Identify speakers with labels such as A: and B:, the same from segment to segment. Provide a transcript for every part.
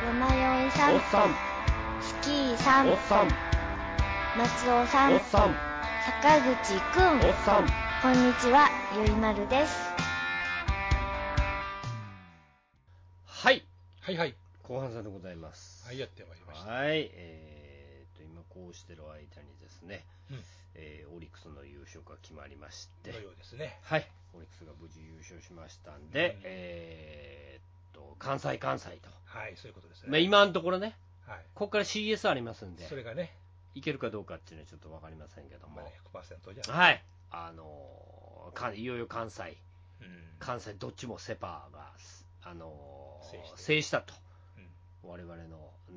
A: さん
B: おっさん
A: スキーさん
B: おっさん
A: 松尾さ
B: お
A: ん
B: っさん
A: 坂口くん
B: おっさん
A: こんにちはゆいまるです
B: はい
C: はいはい。
B: 後半戦でございます
C: はい、やってまいりました。
B: はいえー、と今こうしてる間にですね、
C: うん
B: えーオリックスの優勝が決まりまして
C: のようですね。
B: はいオリックスが無事優勝しましたん
C: う
B: で
C: ん、
B: えー、と関西関西と、
C: はい、そういうことですね。
B: まあ、今のところね
C: はい。
B: ここから CS ありますんで
C: それがね、
B: いけるかどうかっていうのはちょっと分かりませんけども、
C: まあね、100%じゃない。
B: はいあのーかいよいよ関西
C: うん
B: 関西どっちもセ・パが、すあのー
C: 制してる
B: 制したと
C: うん
B: 我々の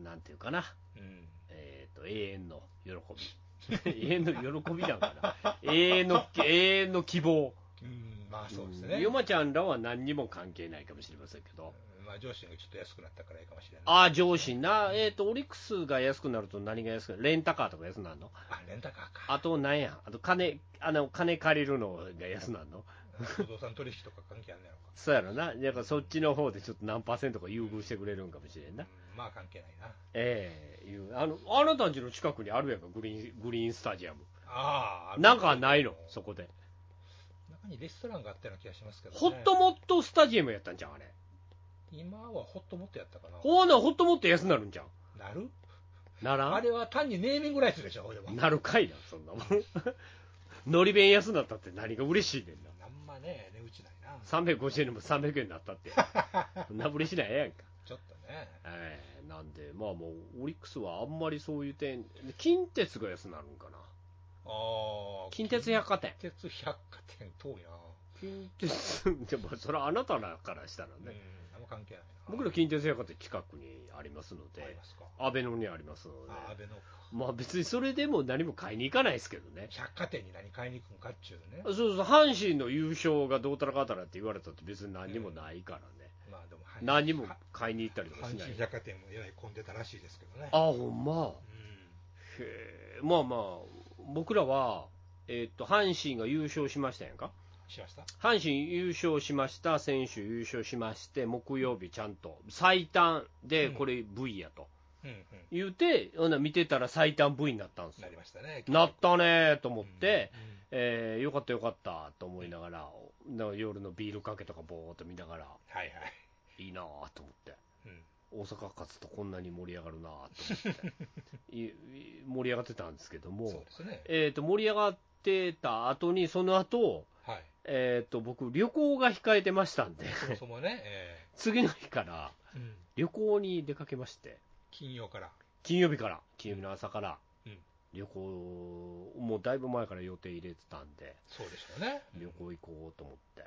B: なんていうかな、
C: うん
B: えー、と永遠の喜び 永遠の喜びだから永遠の永遠の希望
C: うん、まあそうですね。
B: んヨマちゃんらは何にも関係ないかもしれませんけど
C: うんまあ上司がちょっと安くなったからいいかもしれない。
B: ああ上司なえっ、とオリックスが安くなると何が安くなるレンタカーとか安くなるの
C: あ、レンタカーか。
B: あとなんやあと金あの金借りるのが安くなるの
C: 不動産取引とか関係あんねやろか。
B: そうやろな、なんかそっちの方でちょっと何パーセントか優遇してくれるんかもしれんな、
C: うんまあ関係ないな。
B: ええいうあのあなたんちの近くにあるやんか、グリーングリーンスタジアム、
C: ああ、
B: なんかないの、そこで、
C: 中にレストランがあったような気がしますけど、ね。
B: ホットモットスタジアムやったんじゃん、あれ、
C: 今はホットモットやったかな。
B: ほうなホットモット安なるんじゃん、
C: なる
B: なら
C: あ
B: ん
C: れは単にネーミングライスでしょ、でも。
B: なるかいな、そんなもん、 のり弁安なったって何が嬉しいねんな、
C: なんまね、値打ちないな。
B: 350円でも300円になったって、そんな嬉しないやんか。
C: ちょっとね。
B: ええなんで、まあもう、オリックスはあんまりそういう点、近鉄が安なるんかな、
C: ああ。
B: 近鉄百 貨店。
C: 近鉄百貨店遠いな。
B: 近鉄でもそれはあなたらからしたら
C: うん、
B: ね、
C: あんま関係ないな。
B: 僕ら近鉄百貨店近くにありますの
C: あり
B: で
C: ま、すか。
B: アベノにありますので、
C: あ、安倍の
B: まあ別にそれでも何も買いに行かないですけどね、
C: 百貨店に何買いに行くんかっちゅうね。
B: そうそう、阪神の優勝がどうたらかたらって言われたって、別に何にもないからね、
C: まあでも、
B: 何にも
C: は
B: 買いに行ったりとかし
C: 阪
B: ない
C: 神。百貨店もえらい混んでたらしいですけどね。
B: あ、ほんま。
C: う
B: へえ、まあまあ、僕らは、えっと、阪神が優勝しましたやんか。
C: ん。しました
B: 阪神優勝しました、選手優勝しまして、木曜日ちゃんと最短で
C: うん
B: これ V やと
C: うんうん。
B: 言うて、ほな見てたら最短 V になったんです
C: な
B: よ
C: り。ましたね。
B: なったねーと思って、
C: うん、
B: えーよかったよかったと思いながら、な夜のビールかけとかぼーっと見ながら、
C: はいはい。
B: いいなーと思って。
C: うん。
B: 大阪勝つとこんなに盛り上がるなーと思 って、いい盛り上がってたんですけど
C: そう
B: も
C: で、すね。
B: えー、と盛り上がってた後に、その後、
C: はい。
B: えー、と僕、旅行が控えてましたんで、
C: そもそもね、え
B: 次の日から
C: ーうん
B: 旅行に出かけまして、
C: 金曜から。
B: 金曜日から、金曜日の朝から
C: うん、
B: 旅行、もうだいぶ前から予定入れてたんで、
C: そうでしょうね。
B: 旅行行こうと思って、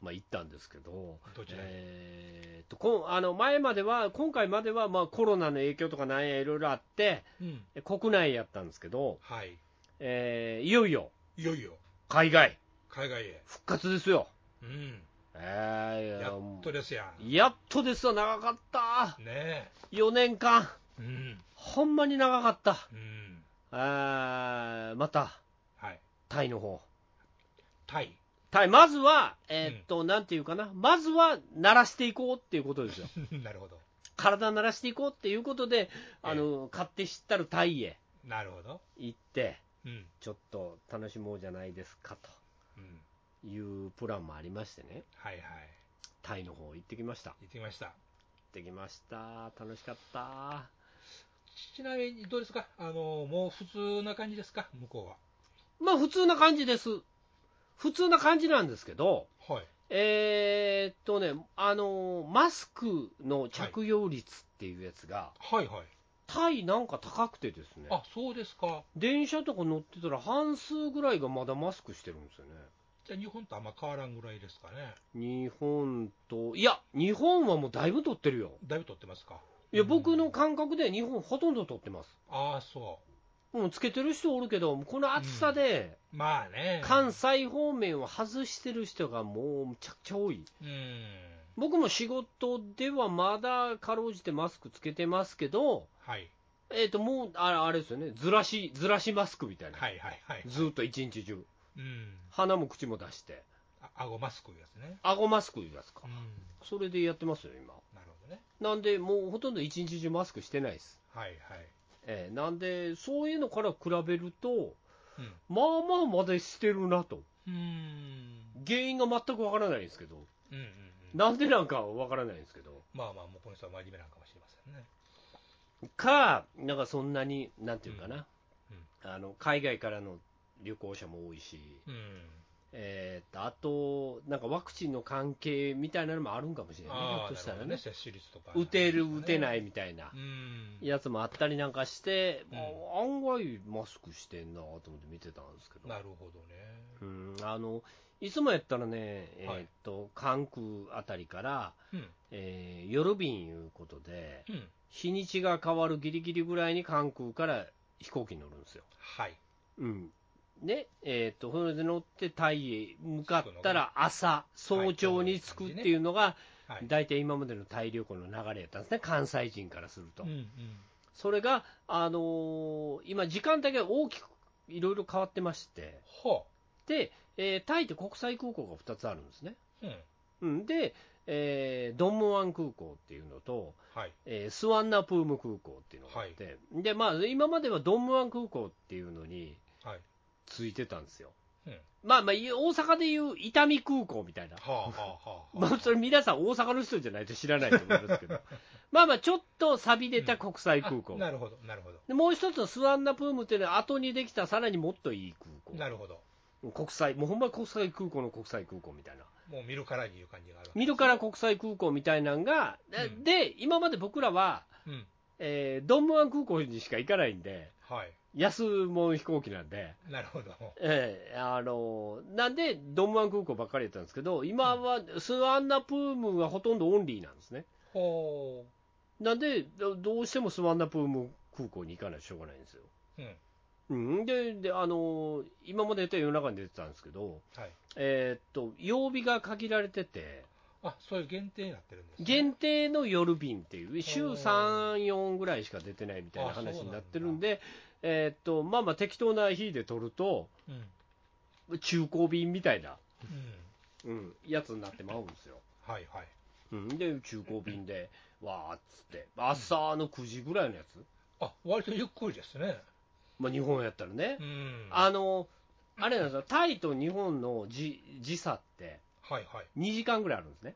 B: まあ行ったんですけど、
C: どちらへ
B: えーっとこんあの前までは、今回まではまあコロナの影響とかなんやいろいろあって、
C: うん。
B: 国内やったんですけど、
C: はい。
B: えーいよいよ
C: いよいよ、
B: 海外、
C: 海外へ。
B: 復活ですよ。
C: うん。
B: えー
C: やっとですやん。ね
B: やっとですわ、長かった、
C: え。
B: 4年間、
C: うん。
B: ほんまに長かった。
C: うん。
B: あーまた
C: はい。
B: タイの方
C: タイ。
B: タイまずは、えーっと、なんていうかな、まずは鳴らしていこうっていうことですよ、
C: なるほど。
B: 体鳴らしていこうっていうことで、あの買って知ったるタイへ
C: なるほど。
B: 行って、
C: うん。
B: ちょっと楽しもうじゃないですか
C: うん。
B: というプランもありましてね、
C: はいはい。
B: タイの方行ってきました、行
C: 行ってきました。
B: ってきました、楽しかった、
C: ちなみにどうですかあの、もう普通な感じですか向こう
B: まあ普通な感じです、普通な感じなんですけど、
C: は。はい。
B: えーっとね、あのマスクの着用率っていうやつが、
C: はいはい。
B: タイなんか高くてですね、
C: あ、そうですか。
B: 電車とか乗ってたら半数ぐらいがまだマスクしてるんですよね。
C: じゃあ日本とあんま変わらんぐらいですかね。
B: 日本と、いや、日本はもうだいぶ取ってるよ。
C: だいぶ取ってますか
B: いや、僕の感覚で日本ほとんど取ってます。
C: ああ、そ
B: もうつけてる人おるけど、この暑さで、
C: う。まあね。
B: 関西方面を外してる人がもうむちゃくちゃ多い。
C: うん。
B: 僕も仕事ではまだかろうじてマスクつけてますけど、
C: はい。
B: えっ、と、もう、あれあれですよね、ずらし、ずらしマスクみたいな。
C: はいはいはい。
B: ずーっと一日中。
C: うん。
B: 鼻も口も出して。
C: あ顎マスクいうやつね。
B: 顎マスクいうやつか
C: うん。。
B: それでやってますよ、今。
C: なるほどね。
B: なんで、もうほとんど一日中マスクしてないです。
C: はいはい。
B: ええなんで、そういうのから比べると、
C: うん
B: まあまあまだしてるなと。
C: うーん。
B: 原因が全くわからないんですけど、
C: うんうんうん。
B: なんでなんかわからないんですけど、
C: まあまあ、もうこの人は真面目なのかもしれませんね。
B: か、なんかそんなに、なんていうかな、
C: うん
B: あの海外からの旅行者も多いし、
C: うん。
B: えー、とあと、なんかワクチンの関係みたいなのもあるんかもしれないね、ひょ
C: あ
B: っ
C: あ、
B: とした
C: なる
B: ら
C: ほどね。
B: ね、
C: 接種率とか。。
B: 打てる、打てないいみたいな
C: うん。
B: やつもあったりなんかして、
C: うん
B: もう案外、マスクしてんなと思って見てたんですけど。
C: なるほどね。
B: うん、あのいつもやったらね、え
C: はい
B: ーっと関空あたりから、
C: うん。
B: えー夜便いうことで、
C: うん。
B: 日にちが変わるギリギリぐらいに関空から飛行機に乗るんですよ。
C: はい。
B: うん、ね、えーっとそれで乗ってタイへ向かったら朝、
C: の
B: 早朝に着くっていうのが、
C: はい。
B: 大体今までのタイ旅行の流れやったんですね、関西人からすると。
C: うんうん。
B: それが、あのー今、時間帯が大きくいろいろ変わってまして。
C: は
B: で、えータイって国際空港が2つあるんですね。
C: あ。うん。
B: うん、で、えードンモワン空港っていうのと、
C: はい。
B: えースワンナプーム空港っていうのがあって、でまあ、今まではドンモワン空港っていうのに
C: はい。
B: ついてたんですよ。
C: うん。は
B: まあまあ、い大阪でいう伊丹空港みたいな。
C: あはあはあ。
B: まあ、それ皆さん大阪の人じゃないと知らないと思いますけ ど、まあまあ、ちょっと錆びれた国際空港。
C: あなるほど、なるほど。
B: でもう一つのスワンナプームっていうのは後にできたさらにもっといい空港。
C: なるほど。
B: 国際、もうほんまに国際空港の国際空港みたいな。
C: もう見るからにいう感じがあるわけですね。
B: 見るから国際空港みたいなんが、で
C: うん
B: で、今まで僕らは、
C: うん。
B: えードンムワン空港にしか行かないんで、
C: はい。
B: 安物飛行機なんで、
C: なるほど。
B: えーあのなんで、ドンムワン空港ばっかりやったんですけど、今はスワンナプームがほとんどオンリーなんですね。
C: ほ
B: なんで、どどうしてもスワンナプーム空港に行かないとしょうがないんですよ。
C: う。うん。
B: うん、で、であの今までやったら夜中に出てたんですけど、
C: はい。
B: えーっと、曜日が限られてて、
C: あ、そういう限定になってるんですね。
B: 限定の夜便っていう、週3、4ぐらいしか出てないみたいな話になってるんで、えーっとまあまあ適当な日で取ると、
C: うん。うん。
B: 中古便みたいな、うん、やつになってまうんですよ。
C: はいはい。
B: うん、で、中古便で、わーっつって、朝の9時ぐらいのやつ、
C: あ、割とゆっくりですね。
B: まあ、日本やったらね
C: う、ん。
B: あの、あれなんですよ、タイと日本の時時差って
C: はいはい。
B: 2時間ぐらいあるんですね。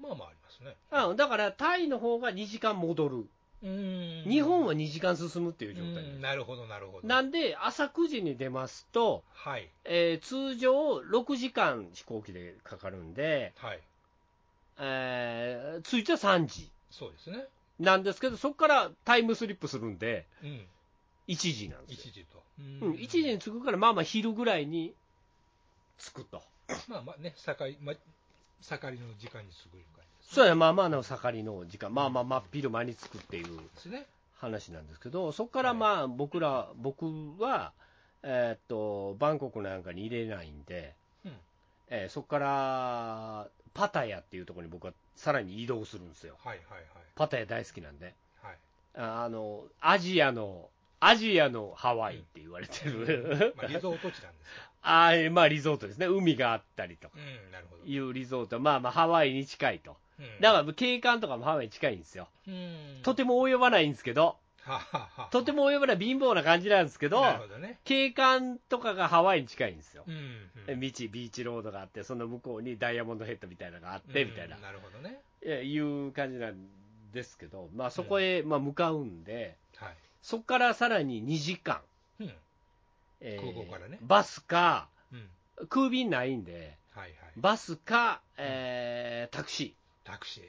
C: まあまあありますね。
B: あだからタイの方が2時間戻る、
C: うん。
B: 日本は2時間進むっていう状態なんです
C: うんなるほどなるほど。
B: なんで、朝9時に出ますと、
C: はい。
B: えー通常6時間飛行機でかかるんで、
C: はい。
B: えー、着いたら3時
C: そうですね。
B: なんですけど、そこからタイムスリップするんで、
C: うん。
B: 1時なんです
C: 一
B: よ。
C: 時と。
B: うん、1時に着くから、まあまあ昼ぐらいに着くと。
C: まあまあね、盛り、ま、盛りの時間にすぐる感じです
B: そうやね、まあまあの盛りの時間、まあまあ真っ昼間に着くっていう
C: ですね。
B: 話なんですけど、そこからまあ僕ら、僕は、えーっと、バンコクなんかに入れないんで、
C: うん。
B: えーそこからパタヤっていうところに僕はさらに移動するんですよ。
C: はいはい
B: パタヤ大好きなんで。
C: はい。はい。
B: ああの、アジアの、アジアのハワイって言われてる。
C: まあ、リゾート地なんですか。
B: ああ、まあリゾートですね。海があったりとか
C: うん、なるほど。
B: いうリゾート。まあまあハワイに近いと。
C: うん
B: だから景観とかもハワイに近いんですよ。
C: うん。
B: とても及ばないんですけど、
C: ははは。
B: とても及ばない貧乏な感じなんですけど、
C: なるほどね。
B: 景観とかがハワイに近いんですよ。
C: う
B: 道、
C: ん。
B: ビーチロードがあって、その向こうにダイヤモンドヘッドみたいなのがあって、みたいな
C: うん。なるほどね。
B: えいう感じなんですけど、まあ、そこへ、まあ、向かうんで、
C: はい。
B: そこからさらに2時間、
C: うん。
B: え
C: 空港からね
B: バスか、
C: うん。
B: 空便ないんで、
C: はいはい。
B: バスか、えータクシ
C: タクシ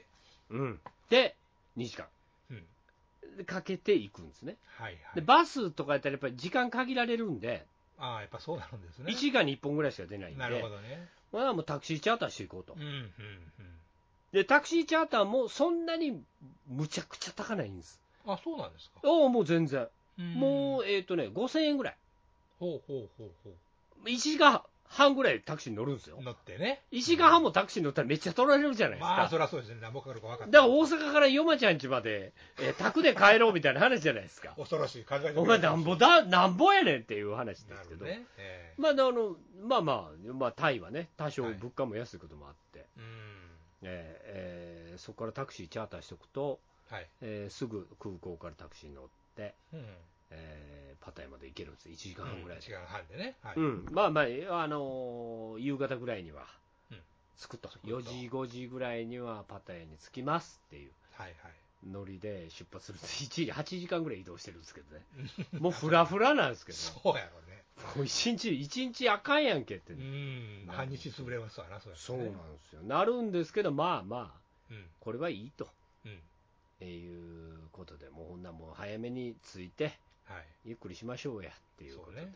C: ー。
B: ー、で2時間
C: うん。
B: かけて行くんですね。
C: はいは
B: で
C: い。
B: バスとかやったらやっぱり時間限られるんで、
C: ああ、やっぱそうなるんですね。
B: 1時間に1本ぐらいしか出ないんで、
C: なるほどね。
B: まあ、もうタクシーチャーターしていこうと、
C: うん、うん、うん。
B: で、タクシーチャーターもそんなにむちゃくちゃ高ないんです。
C: あ、そうなんですか。
B: ああ、もう全然。も
C: う
B: う、
C: ん、
B: えっ、とね、5000円ぐらい。
C: ほうほうほうほ
B: 1時間半ぐらいタクシーに乗るんですよ
C: う。。乗ってね。
B: 1時間半もタクシーに乗ったらめっちゃ取られるじゃないですか。
C: まあ、そりゃそうですね。何もかかるか分かって。
B: だから大阪からヨマちゃん家まで、えー、宅で帰ろうみたいな話じゃないですか
C: 恐ろしい。考えてみれば
B: お前なんぼだ、なんぼやねんっていう話で
C: な
B: す
C: る
B: け
C: ほ
B: ど。
C: どね。ええ
B: まあ、あの、まあまあ、まあタイはね、多少物価も安いこともあって。
C: うん。
B: えーえーそこからタクシーチャーターしておくと、
C: はい。
B: えーすぐ空港からタクシーに乗って、
C: うん。
B: えーパタヤまで行けるんです、1時間半ぐらい
C: 時
B: で、
C: 間半でね。はい。
B: うんまあまあ、あのー夕方ぐらいには
C: うん
B: 着くと、
C: くと
B: 4時、5時ぐらいにはパタヤに着きますっていう
C: はいはい。
B: ノリで出発するん です、1時、8時間ぐらい移動してるんですけ どね、もうフラフラなんですけど、ね、
C: そうやろね。
B: もう1日、1日あかんやんけって、
C: うん。半日潰れますわな、それ、ね。
B: そうなんですよ、なるんですけど、まあまあ、
C: うん。
B: これはいいと。
C: うん。
B: っていうことで、もうほんならもう早めに着いて、
C: はい。
B: ゆっくりしましょうやっていうことで、
C: そうね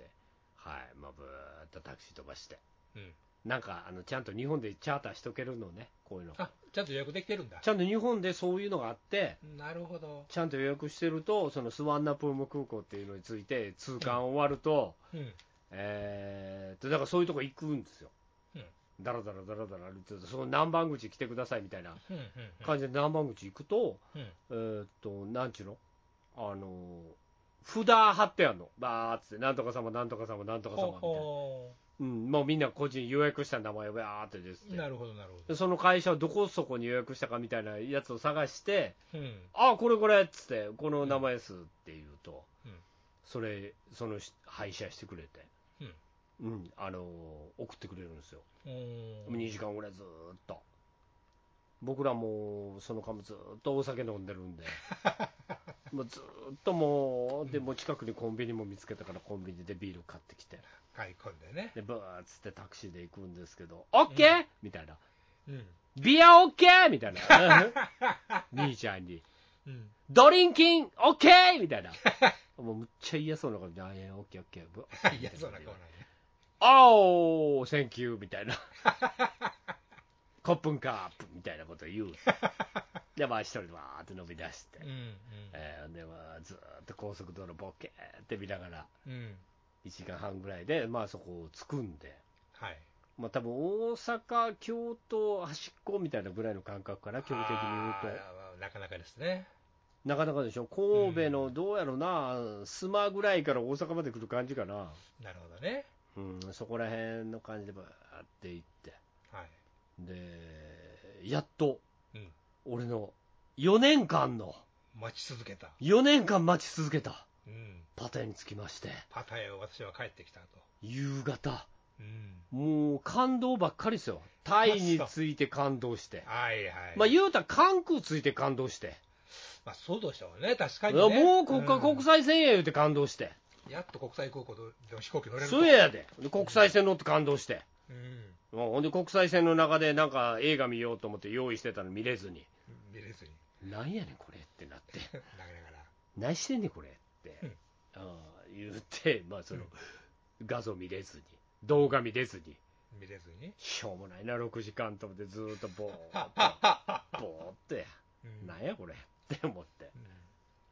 B: はい、まあ、ぶーっとタクシー飛ばして、
C: うん。
B: なんかあのちゃんと日本でチャーターしとけるのね、こういうの、
C: あ、ちゃんと予約できてるんだ
B: ち。ゃんと日本でそういうのがあって、
C: なるほど。
B: ちゃんと予約してると、そのスワンナプーム空港っていうのについて、通関終わると、
C: うん。
B: えーっと、だからそういうとこ行くんですよ
C: うん、
B: だらだらだらだら歩いてると、その南蛮口来てくださいみたいな
C: うん。うん。
B: 感じで、南蛮口行くと、
C: うん。
B: えーっと、なんちゅうのあのー、札貼ってあんの。バーっつって、なんとか様、なんとか様、なんとか様
C: ほう
B: みたいな。
C: ほ
B: うん、もうみんな個人予約した名前をバーってです
C: う。
B: ね
C: な。るほど、なるほ
B: でその会社をどこそこに予約したかみたいなやつを探して、
C: ど。うん。
B: あ、これこれっつって、この名前ですって言うと、
C: うん
B: それ、そのし配車してくれて、
C: うん
B: うんあのー送ってくれるんですよ。
C: うん。
B: 2時間ぐらいずーっと。僕らもうその間もずーっとお酒飲んでるん で、もうずーっともう、でもう近くにコンビニも見つけたから、コンビニでビール買ってきて、
C: 買い込んでね。
B: で、ブーっつってタクシーで行くんですけど、オッケーみたいな、
C: うん。
B: ビアオッケーみたいな、 兄ちゃんに、
C: うん。
B: ドリンキンオッケーみた いな、もうむっちゃ嫌そうな顔で、あいやオッケーオッケー、ブ ー
C: いや、そうな顔ないね。
B: おー、センキューみたい な、コップンカープみたいなこと言う、で、まあ、一人でわーって伸び出して、
C: うん。
B: えーで、まあ、ずーっと高速道路ボケーって見ながら、
C: うん。うん。
B: 1時間半ぐらいで、まあ、そこを着くんで、
C: はい。
B: まあ、多分大阪、京都、端っこみたいなぐらいの感覚かな、距離的に言うと、
C: あーなかなかですね。
B: なかなかでしょ、神戸のどうやろな、須磨ぐらいから大阪まで来る感じかな、
C: なるほどね。
B: うん、そこら辺の感じで、ばーって行って。
C: はい。
B: で、やっと、
C: うん
B: 俺の4年間の、
C: 待ち続けた。
B: 4年間待ち続けた
C: うん。
B: パタヤに着きまして、
C: パタヤを私は帰ってきたと。
B: 夕方、
C: うん。
B: もう感動ばっかりですよ。タイについて感動して。
C: はいはい。
B: まあ、言うたら関空ついて感動して、
C: まあ、そうでしょうね。確かに、ね。
B: もう国家
C: うん
B: 国際線や言うて感動して、
C: やっと国際空港で飛行機乗れると
B: そうやで、で国際線乗って感動して、
C: うん。
B: うんほんで国際線の中でなんか映画見ようと思って用意してたの見れずに、
C: 見れずに。
B: なんやねんこれってなって。
C: 投げながら。
B: 何してんねんこれって、
C: うん
B: ああ言って、まあ、その画像見れずに、動画見れずに、
C: 見れずに。
B: しょうもないな、6時間と思って、ずーっとぼーっと、ぼーって、
C: うん。
B: なんやこれって思って、
C: うん。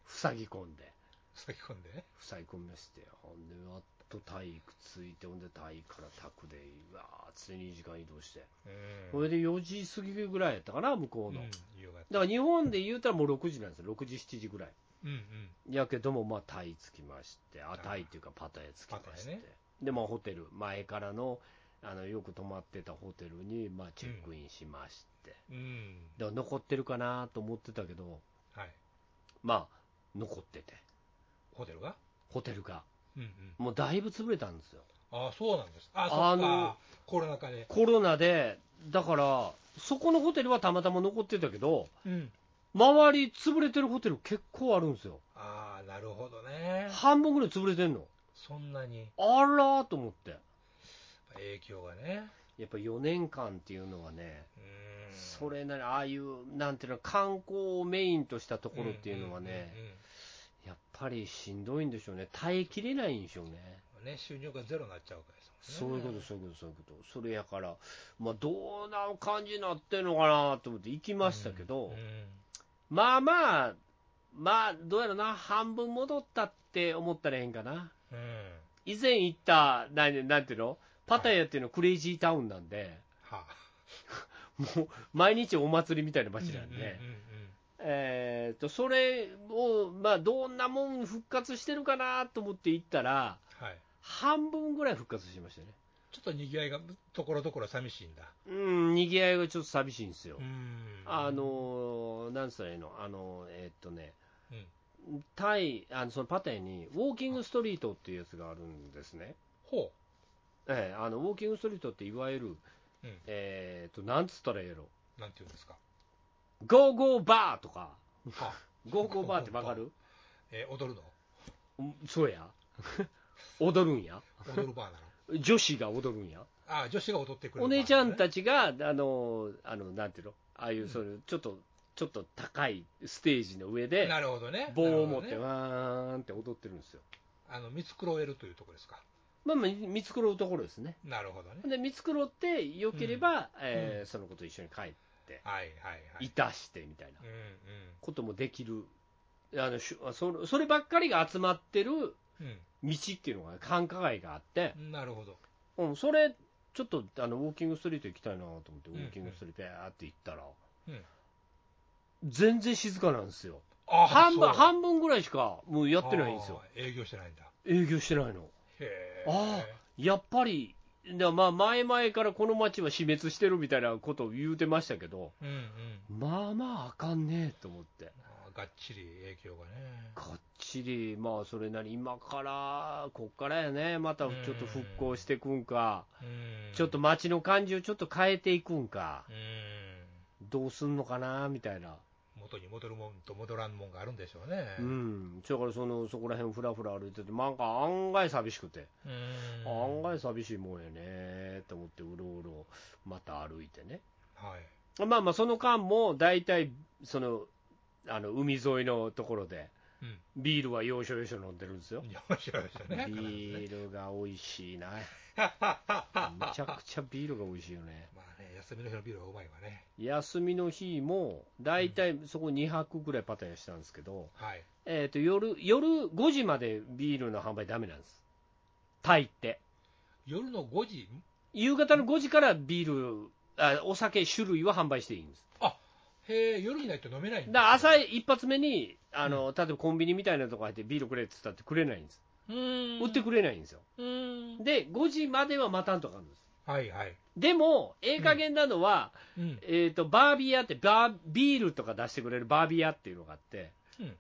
B: 塞ぎ込んで、
C: 塞ぎ込んでね。
B: 塞ぎ込みまして、ほんで、やっと体育ついて、ほんで、体育から宅で、うわーっつって2時間移動して、
C: うん。
B: これで4時過ぎぐらいやったかな、向こうの。
C: うん夕方。
B: だから日本で言うたらもう6時なんですよ、6時、7時ぐらい。
C: うんうん。
B: やけども、まあ、タイつきまして、あ
C: ー
B: タイっていうか、パタヤつきまし
C: パ
B: て、
C: タヤね
B: で、まあ、ホテル、前からのあのよく泊まってたホテルに、まあ、チェックインしまして、
C: うん。
B: で残ってるかなと思ってたけど、
C: はい。
B: まあ、残ってて、
C: ホテルが
B: ホテルが、
C: うんうん。
B: もうだいぶ潰れたんですよ、
C: ああ、そうなんです。ああ、
B: あ
C: そ
B: の
C: っか。コロナ禍で。
B: コロナで、だから、そこのホテルはたまたま残ってたけど、
C: うん。
B: 周り、潰れてるホテル、結構あるんですよ、
C: ああ、なるほどね。
B: 半分ぐらい潰れてんの、
C: そんなに
B: あらーと思って、
C: 影響がね。
B: やっぱ4年間っていうのはね、
C: うん。
B: それなり、ああいう、なんていうの、観光をメインとしたところっていうのはね、
C: うんうんうん
B: やっぱりしんどいんでしょうね、耐えきれないんでしょうね、
C: うんね、収入がゼロになっちゃうからです
B: そ
C: もん
B: うい
C: ね
B: うこと、そういうこと、そういうこと、それやから、まあ、どうな感じになってんのかなと思って行きましたけど、
C: うん
B: まあまあ、まあ、どうやらな、半分戻ったって思ったらええんかな、
C: うんうん
B: 以前行った、なんなんていうの、パタヤっていうのはクレイジータウンなんで、
C: はあ
B: もう毎日お祭りみたいな街なんで。
C: うんうんうん
B: えー、とそれを、まあ、どんなもん復活してるかなと思って行ったら、
C: はい
B: 半分ぐらい復活しましたね、
C: ちょっと賑わいがところどころ寂しいんだ。
B: うん、にぎわいがちょっと寂しいんですよ。
C: うん
B: あ、のー、なんつったらいいの、あのー、えーっとね、
C: うん
B: タイ、あのそのパテに、ウォーキングストリートっていうやつがあるんですね。
C: ほ
B: ええ、あのウォーキングストリートっていわゆる、
C: うん
B: えーっと、なんつったらいいやろ、
C: う、なんていうんですか。
B: ゴーゴーバーとか、
C: あ
B: ゴーゴーバーってわかる
C: えー踊るの
B: うんそうや。 踊るんや。
C: 踊るバーなの
B: 女子が踊るんや。
C: あ女子が踊ってくれる
B: お
C: バーなのね、
B: 姉ちゃんたちが、あの、あのなんていうの、ああいうう、
C: ん
B: そのちょっと、ちょっと高いステージの上で、
C: なるほどね。
B: 棒を持っ
C: な
B: て、
C: るほどね
B: わーんって踊ってるんですよ。
C: あの、見繕えるというところですか。
B: まあまあ、見繕うところですね。
C: なるほどね。
B: で、見繕って、よければ、えーその子と一緒に帰って、
C: はいはいはい。
B: いたしてみたいな
C: うん
B: こともできる、あのしゅそれそればっかりが集まってる
C: うん。
B: 道っていうのが、繁華街があって、
C: うん。なるほど。
B: うん、それ、ちょっとあのウォーキングストリート行きたいなと思って、ウ
C: うん
B: ォーキングストリートやーって行ったら、
C: うん
B: 全然静かなんですよ。
C: あ
B: 半分、
C: そう
B: 半分ぐらいしか、もうやってないんですよ。
C: あー営業してないんだ。
B: 営業してないの。
C: へえ。
B: あやっぱり、だまあ、前々からこの街は死滅してるみたいなことを言うてましたけど、
C: うんうん。
B: まあまああかんねえと思って。
C: あーがっちり営業がね。
B: がっちり、まあそれなり、今から、こっからやね、またちょっと復興していくんか、
C: うん。
B: ちょっと。街の感じをちょっと変えていくんか、
C: うん。
B: どうすんのかな、みたいな。
C: 元に戻るもんと戻らんもんがあるんでしょうね。
B: うん。だからその、そこら辺ふらふら歩いてて、なんか案外寂しくて、
C: うん
B: 案外寂しいもんやね、と思ってうろうろ、また歩いてね。
C: はい。
B: まあまあ、その間も、大体、その、あの、海沿いのところで、
C: うん
B: ビールは要所要所飲んでるんですよ。
C: よろしいよろしいね。
B: ビールが美味しい な。めちゃくちゃビールが美味しいよね。
C: まあね、休みの日のビールはうまいわね。
B: 休みの日も、だいたいそこ2泊ぐらいパタヤしたんですけど、
C: はい。
B: えっ、と、夜、夜5時までビールの販売ダメなんです。タイって。
C: 夜の5時、
B: 夕方の5時からビール、あお酒種類は販売していいんです。
C: へえ、夜になって飲めないん
B: だから朝
C: い。
B: 一発目に、あの、例えばコンビニみたいなとこ入ってビールくれって言ったってくれないんです。
C: うん。
B: 売ってくれないんですよ。
C: うん。
B: で、5時までは待たんとあかんです。
C: はいはい。
B: でも、ええ加減なのは、
C: うん。
B: えー、とバービー屋ってバービールとか出してくれるバービー屋っていうのがあって、
C: うん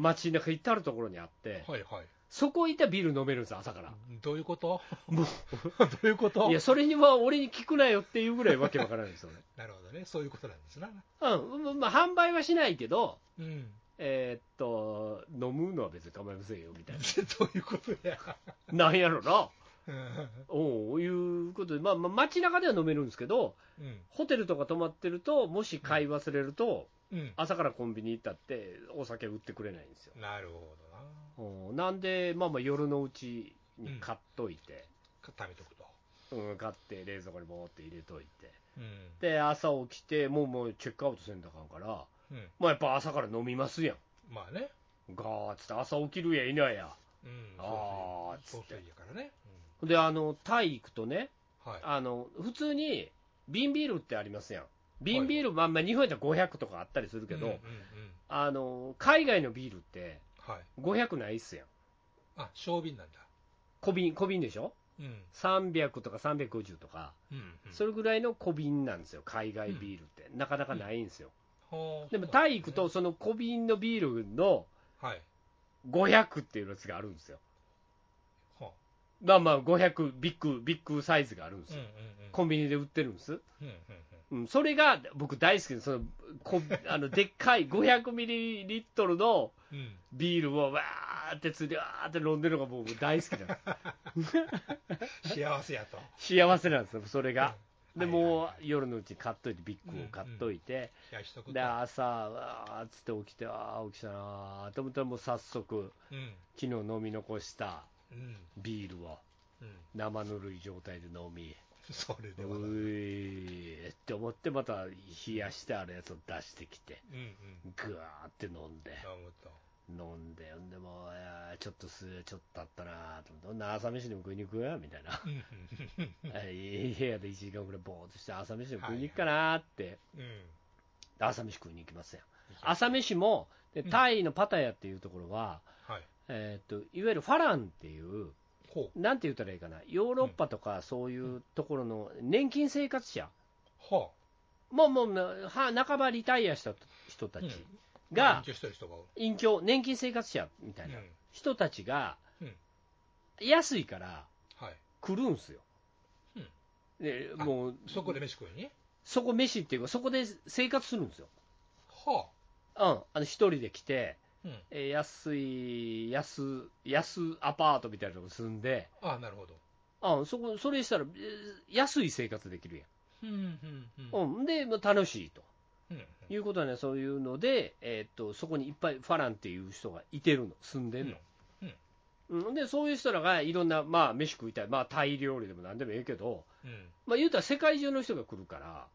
B: 街中至る所にあって
C: はいはい。
B: そこ行ったらビール飲めるんです朝から、
C: どういうこと
B: も
C: どういうこと
B: いやそれには俺に聞くなよっていうぐらいわけわからないですよね
C: なるほどね。そういうことなんですな。
B: うんままあ販売はしないけど
C: うん。
B: えーっと飲むのは別に構いませんよみたい
C: どういうことや。
B: ななんやろな
C: うん。
B: おいうことで、まあ、まあ街中では飲めるんですけど
C: うん。
B: ホテルとか泊まってるともし買い忘れると、
C: うん。
B: 朝からコンビニ行ったってお酒売ってくれないんですよ
C: なるほどな。
B: うんなんで、まあまあ夜のうちに買っといて、
C: 固めとくと。
B: うん買って冷蔵庫にボーって入れといて、
C: うん。
B: で、朝起きて、もうもうチェックアウトせんだかんから、
C: うん。
B: まあやっぱ朝から飲みますやん。
C: まあね。
B: ガーッつって朝起きるやいないや。
C: うん。
B: あー
C: そうそう。やからね。
B: で、あの、タイ行くとね、
C: うん。はい。
B: あの、普通に瓶ビールってありますやん。瓶ビール、まあまあ日本やったら500とかあったりするけど、
C: うんうんうん。
B: あの、海外のビールって
C: はい。
B: 500ないっすやん。
C: あ、小瓶なんだ。
B: 小瓶、小瓶でしょ
C: うん。
B: ?300 とか350とか。
C: うん。
B: それぐらいの小瓶なんですよ、海外ビールって、なかなかないんですよ、
C: ほう
B: でもタイ行くと、、その小瓶のビールの
C: はい。
B: 500っていうやつがあるんですよ、
C: ほ
B: まあまあ、500、ビッグ、ビッグサイズがあるんです
C: う。うん
B: よ、
C: うんうん。
B: コンビニで売ってるんです、
C: うんうん
B: うん、それが僕、大好きです、そのこあのでっかい500ミリリットルの
C: うん。うん。
B: ビールをわーってついて、わーって飲んでるのがもう大好きなんで
C: 幸せや と。
B: す、幸せなんですよ、それが。で
C: はいはいはい
B: もう夜のうちに買っといて、ビッグを買っといて。
C: 冷やしとくと
B: で朝、わーっつって起きて、あー起きたなーと思ったら、もう早速、
C: うん。
B: 昨日飲み残した
C: うん。
B: ビールを
C: うん。
B: 生ぬるい状態で飲み、
C: それ
B: う
C: では。うんうん。
B: ーって思って、また冷やしてあるやつを出してきて、ぐわーって飲んで、
C: 飲むと。
B: 飲んで、んでもう、いやーちょっとすちょっとあったなーと思って、ほんなら朝飯でも食いに行くよみたいな。
C: うんうん
B: えー部屋で1時間ぐらいぼーっとして、朝飯でも食いに行くかなーって、
C: うん。うん。
B: 朝飯食いに行きますよ。朝飯も、で
C: うん
B: タイのパタヤっていうところは、
C: はい。
B: えーっといわゆるファランっていう、
C: ほ
B: なんて言ったらいいかな、ヨーロッパとかそういうところの年金生活者、
C: う。は
B: もうもうなは半ばリタイアした人
C: あ。
B: たちが
C: 緊、張してる人がおる。
B: 隠居、年金生活者みた
C: う
B: い
C: ん
B: な。人たちが
C: うん、
B: 安いから
C: はい。
B: 来るんすよ
C: うん。
B: で
C: あ
B: もう
C: そこで飯食いに。
B: そこ飯っていうか、そこで生活するんですよ、
C: は
B: うん、あの一人で来て、
C: あ。うん。
B: えー安い安、安アパートみたいなとこ住んで、
C: ああ、なるほど。
B: あそこそれしたら、えー安い生活できるや
C: うん、うん、うん。
B: ん、うん、で、まあ、楽しいと
C: うん
B: いうことはね、そういうので、えーっと、そこにいっぱいファランっていう人がいてるの、住んでんの。
C: うん
B: うんでそういう人らがいろんな、まあ、飯食いたい、まあ、タイ料理でもなんでもええけど、
C: うん。
B: まあ、言うたら世界中の人が来るから、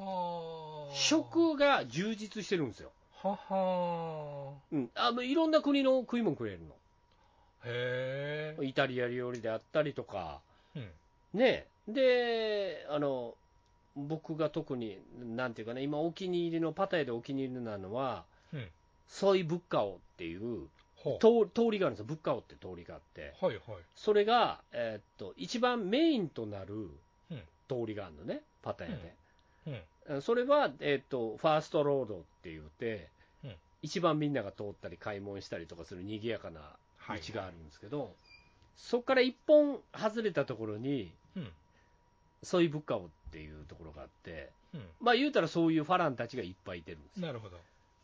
C: はあ。
B: 食が充実してるんですよ、
C: はは
B: うん、あのいろんな国の食い物食える
C: へえ
B: の、。イタリア料理であったりとか、
C: うん。
B: ねであの僕が特に、なんていうかね、今、お気に入りの、パタヤでお気に入りなのは、
C: うん
B: ソイブッカオっていう
C: ほう。
B: 通通りがあるんですよ、ブッカオって通りがあって、
C: はいはい。
B: それが、えーっと一番メインとなる
C: うん
B: 通りがあるのね、パタヤで。
C: うん。
B: それは、えっとファーストロードって言って、
C: うん
B: 一番みんなが通ったり買い物したりとかする賑やかな道があるんですけど、そこから一本外れたところに
C: うん。
B: ソイブッカオっていうところがあって、
C: う
B: まあ言うたらそういうファランたちがいっぱいいてるんです
C: ん。
B: よ。
C: なるほど。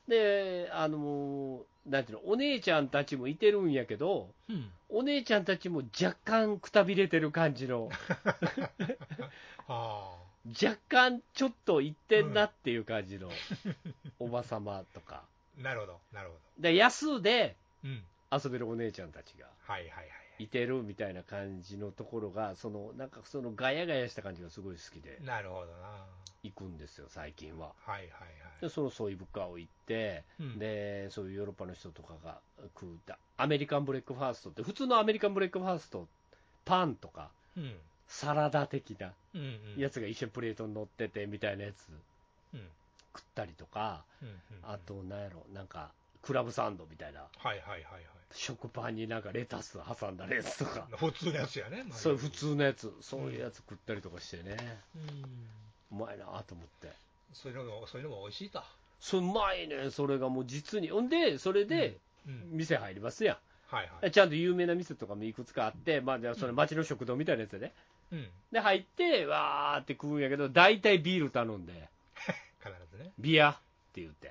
B: で、あのーなんていうの、お姉ちゃんたちもいてるんやけど、
C: うん。
B: お姉ちゃんたちも若干くたびれてる感じ の、
C: ああ。
B: 若干ちょっと行ってんなっていう感じのおばさまとか。
C: なるほど。なるほど。
B: で安で
C: うん。
B: 遊べるお姉ちゃんたちが
C: はいはいはい。
B: いてるみたいな感じのところが、そのなんかそのガヤガヤした感じがすごい好きで
C: なるほどな。
B: 行くんですよ、最近は。
C: はいはいは
B: で、そのソイブカを行って、
C: い。うん、
B: で、そういうヨーロッパの人とかが食うた、アメリカンブレックファーストって、普通のアメリカンブレックファースト、パンとか、
C: うん。
B: サラダ的な
C: うん、うん。
B: やつが一緒にプレートに乗っててみたいなやつ
C: うん。
B: 食ったりとか、
C: うん。うん。
B: あ。と、なんやろ、なんか、クラブサンドみたいな、
C: はいはいはいはい。
B: 食パンになんかレタス挟んだやつとか。
C: 普通のやつやね。まあ
B: そう普。通のやつ、そういうやつ食ったりとかしてね、
C: うん。
B: うまいなと思って、
C: そういうのも、そういうのも美味しいと。
B: そううまいね、それがもう実に、ほんで、それで
C: うん。
B: 店入りますや
C: はい
B: ん、
C: はい。
B: ちゃんと有名な店とかもいくつかあって、まあ、じゃあそれ
C: うん
B: 町の食堂みたいなやつでね、
C: うん。
B: で入って、わーって食うんやけど、大体ビール頼んで、
C: 必ずね。
B: ビアって言って、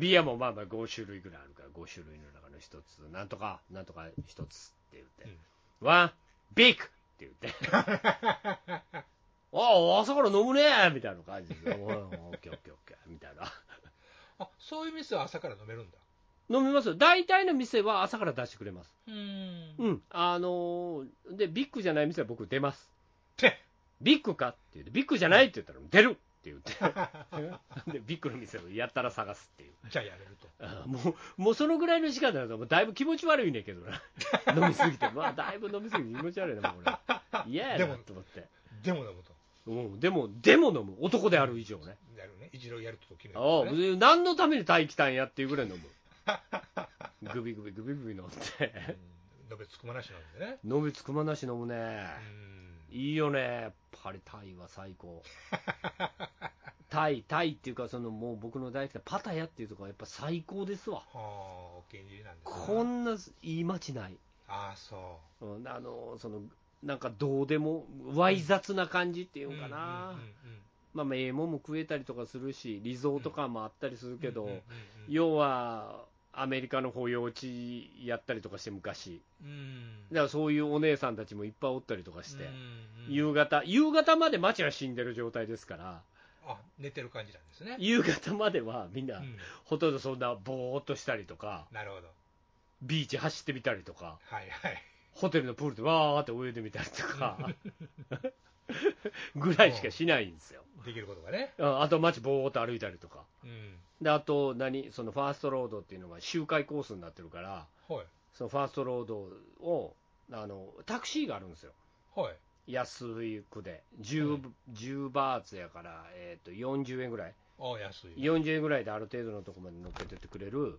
B: ビアもまあまあ5種類ぐらいあるから、5種類の中の一つ、なんとか、なんとか一つって言って、ワン、ビッグって言って。ああ、朝から飲むねみたいな感じで、おいおいオッケーオッケーオッケーみたいな。
C: あ、そういう店は朝から飲めるんだ。
B: 飲みますよ。大体の店は朝から出してくれます。
C: うん
B: う
C: うん。
B: ん。あのーで、ビッグじゃない店は僕出ます。ビッグかって言って、ビッグじゃないって言ったら、出るって 言って。で、ビッグの店をやったら探すっていう。
C: じゃあやれると。
B: あー もう、もうそのぐらいの時間だと、もうだいぶ気持ち悪いねんけどな。 飲みすぎて。まあ、だいぶ飲みすぎて気持ち悪いな、もう俺。嫌や
C: で
B: な
C: も
B: と思って。
C: でも飲むと。
B: うん。でも、でも飲む。男である以上ね。
C: やるね。一度やると決める
B: あ
C: と
B: あ
C: ね、
B: 何のために大来たんやっていうぐらい飲む。グビグビグビグビ飲んで。
C: うん飲めつくまなしなんでね。
B: 飲みつくまなし飲むね。
C: うん。
B: いいよね。やっぱりタイは最 高。タイ、タイっていうか、そのもう僕の大好きなパタヤっていうところはやっぱ最高ですわ。
C: はあ、お気に入りなんですね
B: こんないい街ない。
C: ああ、そ。
B: うんあの、その、なんかどうでも、わい雑な感じっていううのかな。
C: うんうんうんうん
B: まあまあ、ええもんも食えたりとかするし、リゾート感もあったりするけど、
C: うんうんうん
B: 要はアメリカの保養地やったりとかして昔
C: うん
B: だからそういうお姉さんたちもいっぱいおったりとかして、
C: うんうん
B: 夕方夕方まで街は死んでる状態ですから
C: あ寝てる感じなんですね、
B: 夕方まではみんな、
C: うん
B: ほとんどそんなぼーっとしたりとか
C: なるほど
B: ビーチ走ってみたりとか
C: はいはい
B: ホテルのプールでわーって泳いでみたりとか ぐらいしかしないんですよ、
C: できることがね
B: うんあと街ぼーっと歩いたりとか
C: うん
B: であと何そのファーストロードっていうのが周回コースになってるから
C: はい
B: そのファーストロードをあのタクシーがあるんですよ、
C: はい
B: 安い区で、10,、
C: うん
B: 10バーツやから、えー、と40円ぐらい、
C: あ安い
B: 40円ぐらいである程度のところまで乗っけてってくれる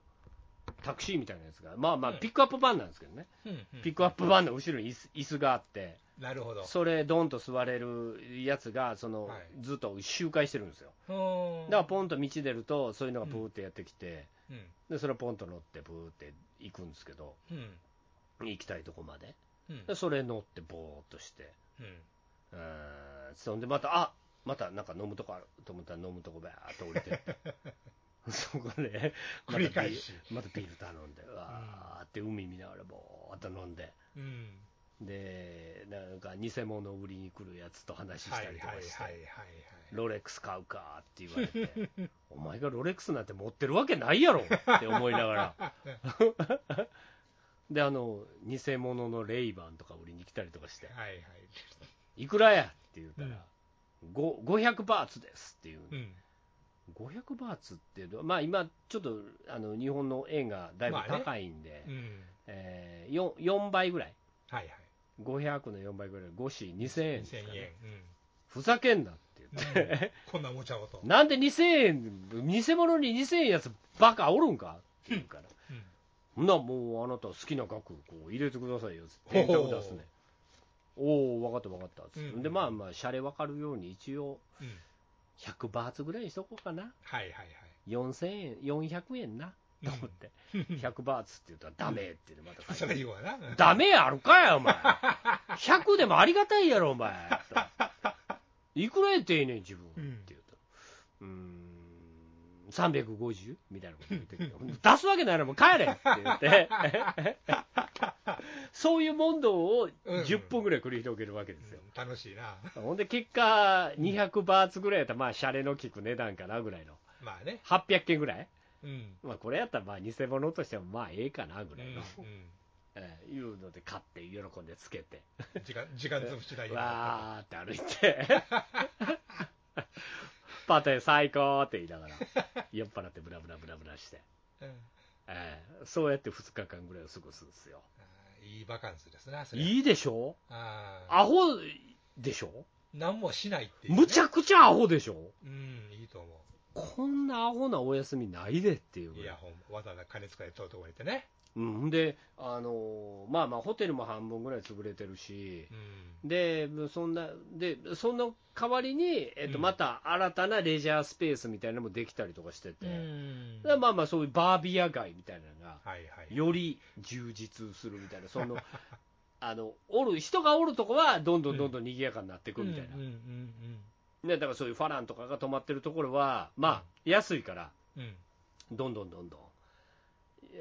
B: タクシーみたいなやつが、まあまあ、ピックアップバンなんですけどね、
C: うんうん
B: ピックアップバンの後ろに椅子椅子があって、
C: なるほど。
B: それ、ドンと座れるやつが、その
C: はい
B: ずっと周回してるんですよ、
C: うん
B: だからポンと道出ると、そういうのがブーってやってきて、
C: うん
B: でそれをポンと乗って、ブーって行くんですけど、
C: うん
B: 行きたいとこまで、
C: うん
B: でそれ乗って、ぼーっとして、
C: うん
B: うーんそんでまた、あまたなんか飲むとこあると思ったら飲むとこばーっと降りてって そこで、また
C: 繰
B: ビ
C: り返し
B: ールまたビール頼んで、わーって海見ながらぼーっと飲んで、
C: うん
B: で、なんか偽物を売りに来るやつと話し
C: はい
B: た
C: はい
B: りと
C: は
B: か
C: いはい
B: して、
C: はい。
B: ロレックス買うかって言われて、 お前がロレックスなんて持ってるわけないやろって思いながら。 であの偽物のレイバンとか売りに来たりとかして
C: はいはい。
B: いくらやって言ったら、ご500バーツですっていう、
C: うん。
B: 500バーツっていうのは、まあ、今、ちょっとあの日本の円がだいぶ
C: まあね
B: 高いんで、
C: うん。
B: えー、4, 4倍ぐらい、
C: はいはい。
B: 500の4倍ぐらい、5四2000円です
C: 2000
B: かね、
C: 円。
B: ふざけんなって言って、
C: うんうん。こんなおもちゃをと。
B: なんで2000円、偽物に2000円やつ、バカおるんかって言うから、
C: うん
B: ほんならもうあなた好きな額こう入れてくださいよっつって電卓出すねおお分かった分かったっつって、
C: うん
B: でまあまあシャレ分かるように一応
C: うん
B: 100バーツぐらいにしとこうかな
C: はいはいはい。
B: 4000円400円なと思って、100バーツって言ったらダメって言ってまた書
C: そ
B: いて
C: れ言うわな。うん
B: ダメやるかやお 前100でもありがたいやろお前といくらやってええねん自分、
C: うん
B: って言うとうーん 350? みたいなこと言ってきて出すわけないなもう帰れって言って そういう問答を10分ぐらい繰り広げるわけですよ、
C: 楽しいな。
B: ほんで結果200バーツぐらいやったらまあシャレの効く値段かなぐらいの
C: まあね。
B: 800件ぐらい、
C: うん。
B: まあ、これやったらまあ偽物としてもまあええかなぐ
C: う
B: らいの、
C: ん
B: えーいうので買って喜んでつけて
C: うん時間、時間潰しないように
B: わーって歩い て、パテ最高って言いながら、酔っ払ってブラブラブラブラして、
C: うん
B: ええそうやって2日間ぐらいを過ごすんですよ。
C: あーいいバカンスですな、それ。
B: いいでしょ
C: ああ。
B: アホでしょ
C: 何もしないっていうね。
B: むちゃくちゃアホでしょ
C: うん、いいと思う。
B: こんなアホなお休みないでっていうぐ
C: イ
B: ら
C: ヤ
B: い。
C: ホン、わざわざ金使い取るとこ行ってね。
B: うん、で、あのーまあまあ、ホテルも半分ぐらい潰れてるし
C: う、ん。
B: で、そんな、で、その代わりに、えっと、
C: うん
B: また新たなレジャースペースみたいなのもできたりとかしてて、
C: うん
B: だからまあまあそういうバービア街みたいなのが
C: はいはい。
B: より充実するみたいなその あのおる人がおるとこはどんどんどんどん賑やかになっていくみたいな、
C: うんうん
B: ね、だからそういうファランとかが泊まってるところはまあ安いから
C: うんうん。うん
B: どんどんどんどん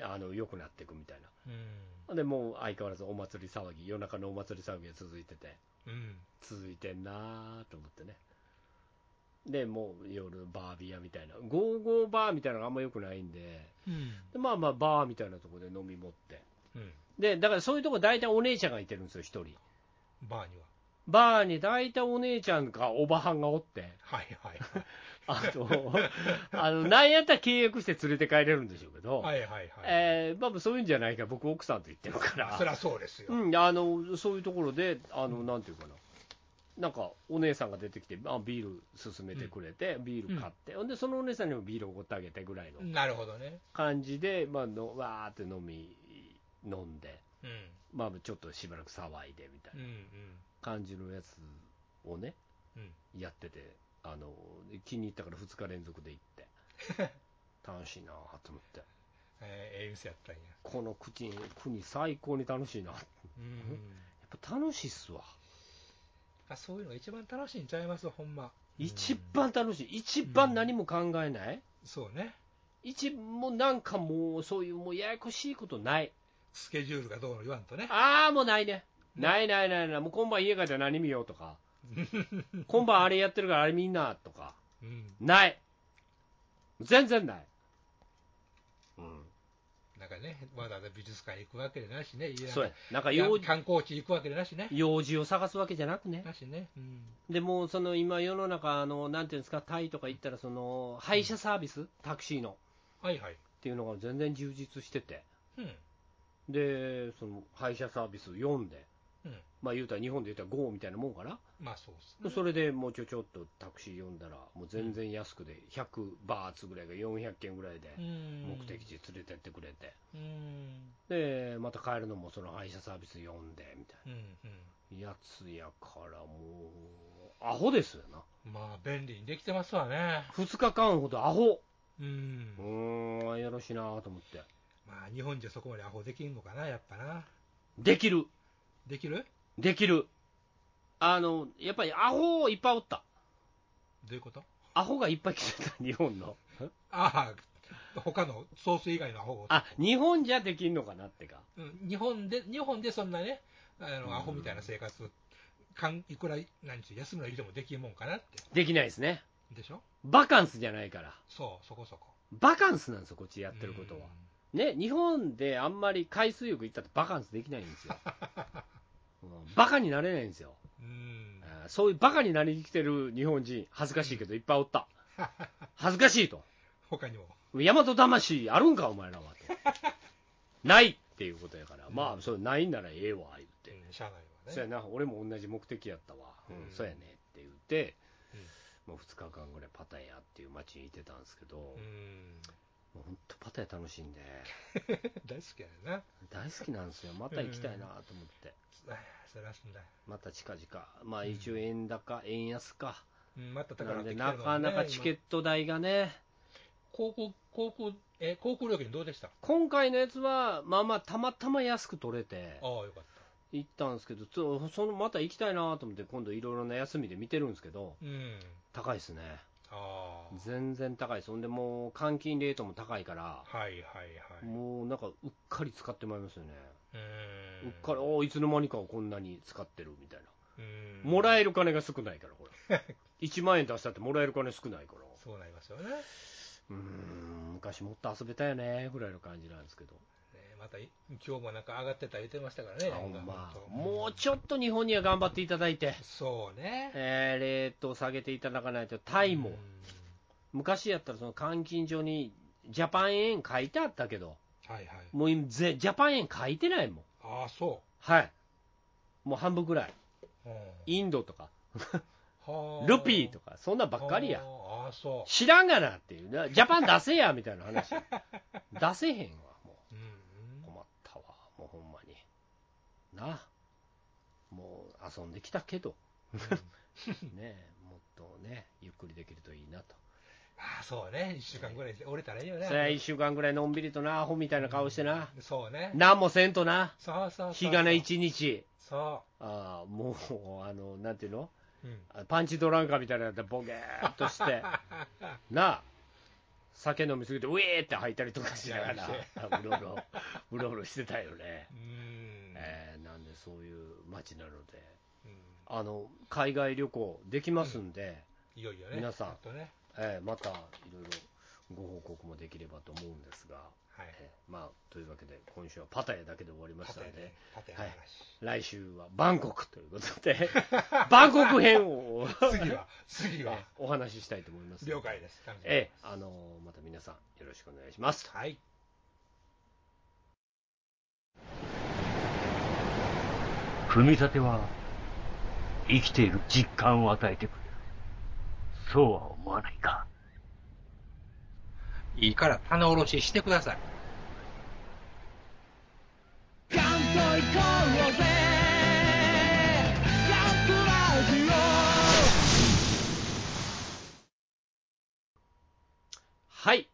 B: あの良くなっていくみたい
C: うん
B: なでもう相変わらずお祭り騒ぎ夜中のお祭り騒ぎが続いてて
C: うん
B: 続いてんなーと思ってねでもう夜バービアみたいなゴーゴーバーみたいなのがあんま良くないんで
C: うん
B: でまあまあバーみたいなところで飲み持って
C: うん
B: でだからそういうとこ大体お姉ちゃんがいてるんですよ一人
C: バーには
B: バーに大体お姉ちゃんかおばはんがおって
C: はい はいはい
B: あと あのなんやったら契約して連れて帰れるんでしょうけど、
C: はいはいはい
B: えーまあまあそういうんじゃないか僕奥さんと言ってるか
C: そり
B: ら、
C: ゃそうですよ、
B: うん、あのそういうところであのなんていうかななんかお姉さんが出てきてあビール勧めてくれて、ビール買って、ほんでそのお姉さんにもビールおごってあげてぐらいの
C: なるほどね
B: 感じで、まあ、のわーって飲み飲んで、
C: うん
B: まあ、ちょっとしばらく騒いでみたいな
C: うん
B: 感じのやつをね、
C: うん
B: やっててあの気に入ったから2日連続で行って 楽しいなあと思って
C: えーええ店やったんや
B: この国国最高に楽しいなや
C: うん
B: っぱ楽しいっすわ、
C: あそういうのが一番楽しいんちゃいますほんま
B: 一番楽しい一番何も考えない、
C: そうね
B: 一もうなんかもうそういうもうややこしいことない
C: スケジュールがどうの言わんとね
B: ああもうないねないないないないもう今晩家帰ったら何見ようと か今晩あれやってるからあれ見んなとか
C: うん
B: ない全然ないうん
C: なんかねわざわざ美術館行くわけでなしねいや
B: そうや、なんか
C: いや
B: 用
C: 観光地行くわけでなしね
B: 用事を探すわけじゃなくね、
C: なしねうん
B: でもうその今、世の中あの、なんていうんですか、タイとか行ったら、その配車サービス、タクシーの
C: はいはい
B: っていうのが全然充実してて、
C: うん
B: でその配車サービス読んで、
C: うん。
B: まあ言うたら日本で言うたら GO みたいなもんかな、
C: まあそうですね。
B: それでもうちょちょっとタクシー呼んだら、もう全然安くで、100バーツぐらいが400件ぐらいで、目
C: 目
B: 的。地連れてってくれて、
C: うん。
B: で、また帰るのもその配車サービス呼んでみたい
C: うん。
B: な、やつやからもう、アホですよな、
C: うん。まあ便利にできてますわね。
B: 2日間ほどアホ、
C: う。
B: うんーん、よろしいなと思って、
C: まあ日本じゃそこまでアホできんのかな、やっぱな。
B: できる、
C: できる
B: できる、あの、やっぱりアホいっぱいおった、
C: どういうこと
B: アホがいっぱい来てた、日本の。
C: ああ、他のソース以外のアホを
B: あ、日本じゃできんのかなってか。
C: うん日本で、日本でそんなね、あ
B: うん
C: のアホみたいな生活、かんいくら何日休みの日でもできるもんかなって、
B: できないですね。
C: でしょ、
B: バカンスじゃないから。
C: そう、そこそこ。
B: バカンスなんですよ、こっちやってることは。ね、日本であんまり海水浴行ったってバカンスできないんですよ。 うんバカになれないんですよ。
C: うん。うん
B: あーそういうバカになりに来てる日本人、恥ずかしいけどいっぱいお った。恥ずかしいと。
C: 他にも。
B: 大和魂あるんか、お前らはと。ないっていうことやから、まあ、それないんならええわ、言って。
C: うん、社内は
B: そうや
C: ね。
B: な、俺も同じ目的やったわ、うん
C: うん
B: そうやねって言って、
C: うん
B: もう2日間ぐらいパタヤっていう街にいてたんですけど、も
C: うん。
B: う本当、パタヤ楽しいんで、
C: 大好きやねんな。
B: 大好きなんですよ、また行きたいなと思って、
C: あそれはすんだ。
B: また近々、まあ
C: うん
B: 一応、円高、円安か、
C: うん、まただか
B: な
C: ら
B: んで、
C: できてるの
B: な
C: ね
B: かなかチケッ
C: 今
B: ト代がね、
C: 航空、航空、え、航空料金どうでしたあ
B: 今回のやつは、まあまあ、たまたま安く取れて
C: あ、、よかった。
B: 行ったんですけど、つそのまた行きたいなと思って、今度、いろいろな休みで見てるんですけど、
C: うん。
B: 高いですね、
C: あ
B: 全然高いです、ほんでもう、換金レートも高いから
C: あ。。はいはいはい。
B: もうなんかうっかり使ってまいりますよね、
C: うん
B: うっかり、おーいつの間にかこんなに使ってるみたいな、
C: うん
B: もらえる金が少ないから、これ、1万 円出したってもらえる金少ないから、
C: そうなりますよね。
B: うーん、昔もっと遊べたよねぐらいの感じなんですけど、
C: ね、またい今日もなんか上がってた言ってましたからね、
B: あほん
C: なんか
B: ま
C: 本当
B: もうちょっと日本には頑張っていただいて、
C: そうね、
B: えーレートを下げていただかないと、タイも、
C: うん
B: 昔やったらその換金所にジャパン円書いてあったけど、
C: はいはい、
B: もう今ぜジャパン円書いてないもん、
C: ああ、そ
B: はい、もう半分ぐらい、
C: う、うん
B: インドとか。
C: はあ
B: ルピーとか、そんなんばっかりや。
C: ああ、そ
B: 知らんがなっていうな、ジャパン出せやみたいな 話。出せへんわ、も
C: う、う
B: う。
C: ん
B: 困ったわ、もうほんまに。なあ。もう遊んできたけど、
C: うん、
B: ねえ、もっとね、ゆっくりできるといいなと。
C: ああ、そうね、1週間ぐらいで折れたらいいよね、
B: そりゃ一週間ぐらいのんびりとな、アホみたいな顔してな。
C: そうね、
B: なんもせんとな。
C: そうそうそう、
B: 日がな、一日。
C: そ
B: ああ、もう、あの、なんていうの
C: う、うん、
B: あパンチドランカーみたいなやつでボケーっとして。なあ酒飲みすぎてウェーって吐いたりとかしながら
C: し
B: あうろうろうろうろしてたよね、
C: うん、
B: えーなんでそういう街なので
C: うん
B: あの海外旅行できますんで、
C: いよいよね、
B: 皆さん
C: ちょっとね、
B: えーまたいろいろご報告もできればと思うんですが、
C: はい、
B: えーまあというわけで今週はパタヤだけで終わりましたので、
C: 縦の話、
B: 来週はバンコクということで バンコク編を
C: 次は、次は、
B: お話ししたいと思います
C: 了解です、楽しみに
B: え
C: して
B: ー
C: ま
B: あのまた皆さんよろしくお願いします
C: すはい。
D: 組み立ては生きている実感を与えてくれる。そうは思わないか。
C: いいから棚卸ししてください。
B: はい。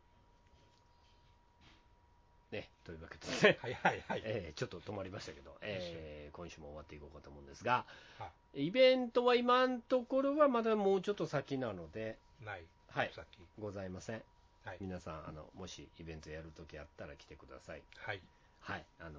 B: ね、というわけで、ね
C: はいはいはい。
B: えーちょっと止まりましたけど、えー今週も終わっていこうかと思うんですが、
C: は
B: イベントは今のところはまだもうちょっと先なので、
C: ない。
B: はい、
C: さっき。
B: ございません。
C: はい。
B: 皆さん、あのもしイベントやるときあったら来てください。
C: はい。
B: はい、あのー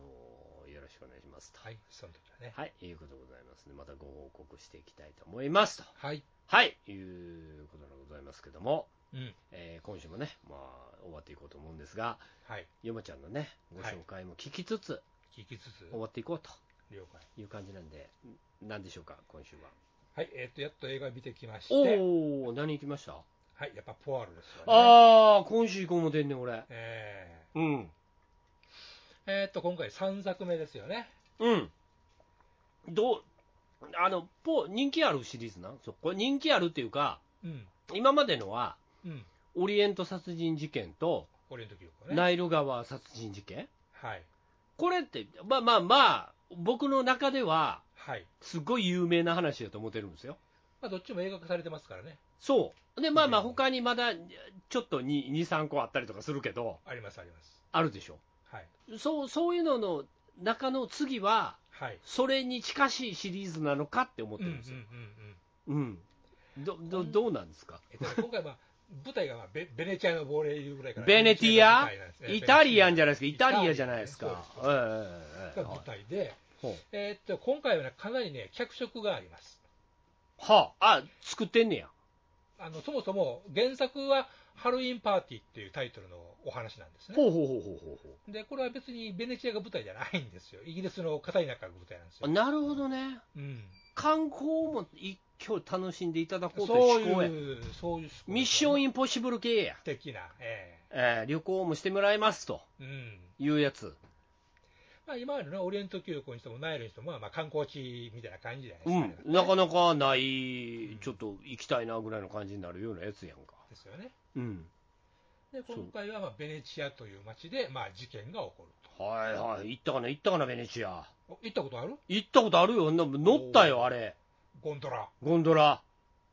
B: よろしくお願いしますと。
C: はい。その時はね。
B: はい、いうことでございますので、またご報告していきたいと思いますと。
C: はい。
B: はい、いうことでございますけども、
C: うん。
B: えー今週もね、まあ、終わっていこうと思うんですが、
C: はい。
B: ヨマちゃんのね、ご紹介も聞きつつ、
C: 聞きつつ、
B: 終わっていこうと
C: 了解。
B: いう感じなんで、なんでしょうか、今週は。
C: はい。えっと、やっと映画見てきまして、
B: おお、何行きました
C: はい。やっぱポワールですよね。
B: ああ、今週行こうも出んねん、俺。
C: え
B: うん。
C: ーえっと、今回3作目ですよね。
B: うん。どう、あの、ポー人気あるシリーズなんそうこれ人気あるっていうか、
C: うん。
B: 今までのは、
C: うん。
B: オリエント殺人事件と、
C: 俺の時よね。
B: ナイル川殺人事件
C: はい。
B: これって、まあまあまあ、僕の中では、
C: はい。
B: すごい有名な話だと思ってるんですよ。
C: まあ、どっちも映画化されてますからね。
B: そう。で、まあまあ、
C: うん
B: 他にまだ、ちょっと2、2 3個あったりとかするけど、
C: あります、あります。
B: あるでしょ。
C: はい。
B: そう、そういうのの中の次は、
C: はい。
B: それに近しいシリーズなのかって思っ
C: う
B: て
C: んう
B: る
C: んうんん
B: ですよ。
C: うん。
B: うん。ど、ど、どうなんですか
C: えっとね、今回、まあ、舞台が、まあ、ベベネチアの亡霊いうぐらいから。
B: ベネティア
C: ベネなんですね
B: イタリアンじゃないですか。イ
C: ベネ
B: タ
C: ア
B: リアじゃないです
C: そう
B: か。
C: そう
B: ええええええ
C: が
B: は
C: 舞台で、
B: いほう
C: えっと、今回はね、かなりね、脚色があります。
B: はあ、あ、作ってんねや。
C: あの、そもそも原作はハロウィンパーティーっていうタイトルのお話なんですね。
B: ほうほうほうほうほうほ
C: で、これは別にベネチアが舞台じゃないんですよ。イギリスの片田舎が舞台なんです
B: うあ。
C: よ。
B: なるほどね。
C: うん。
B: 観光も一挙楽しんでいただこうと
C: そう
B: いう思考や。
C: いう、そういう思考
B: ミッション
C: イ
B: インポッシブル系や。
C: 的な、え
B: えー旅行もしてもらいますと
C: えうん。
B: いうやつ。
C: まあ、今までのねオリエント急行にしてもナイルにしても、まあ、まあ観光地みたいな感じじゃないうですか
B: ん
C: ね。、
B: なかなかない、ちょっと行きたいなぐらいの感じになるようなやつやんか。
C: ですよね。
B: うん。
C: で、
B: そう
C: 今回は、まあ、ベネチアという街で、まあ、事件が起こる
B: はいはい。行ったかな、行ったかな、ベネチア。
C: と。お行ったことある
B: 行ったことあるよ。な乗ったよ、あれ。
C: ゴンドラ。
B: ゴンドラ。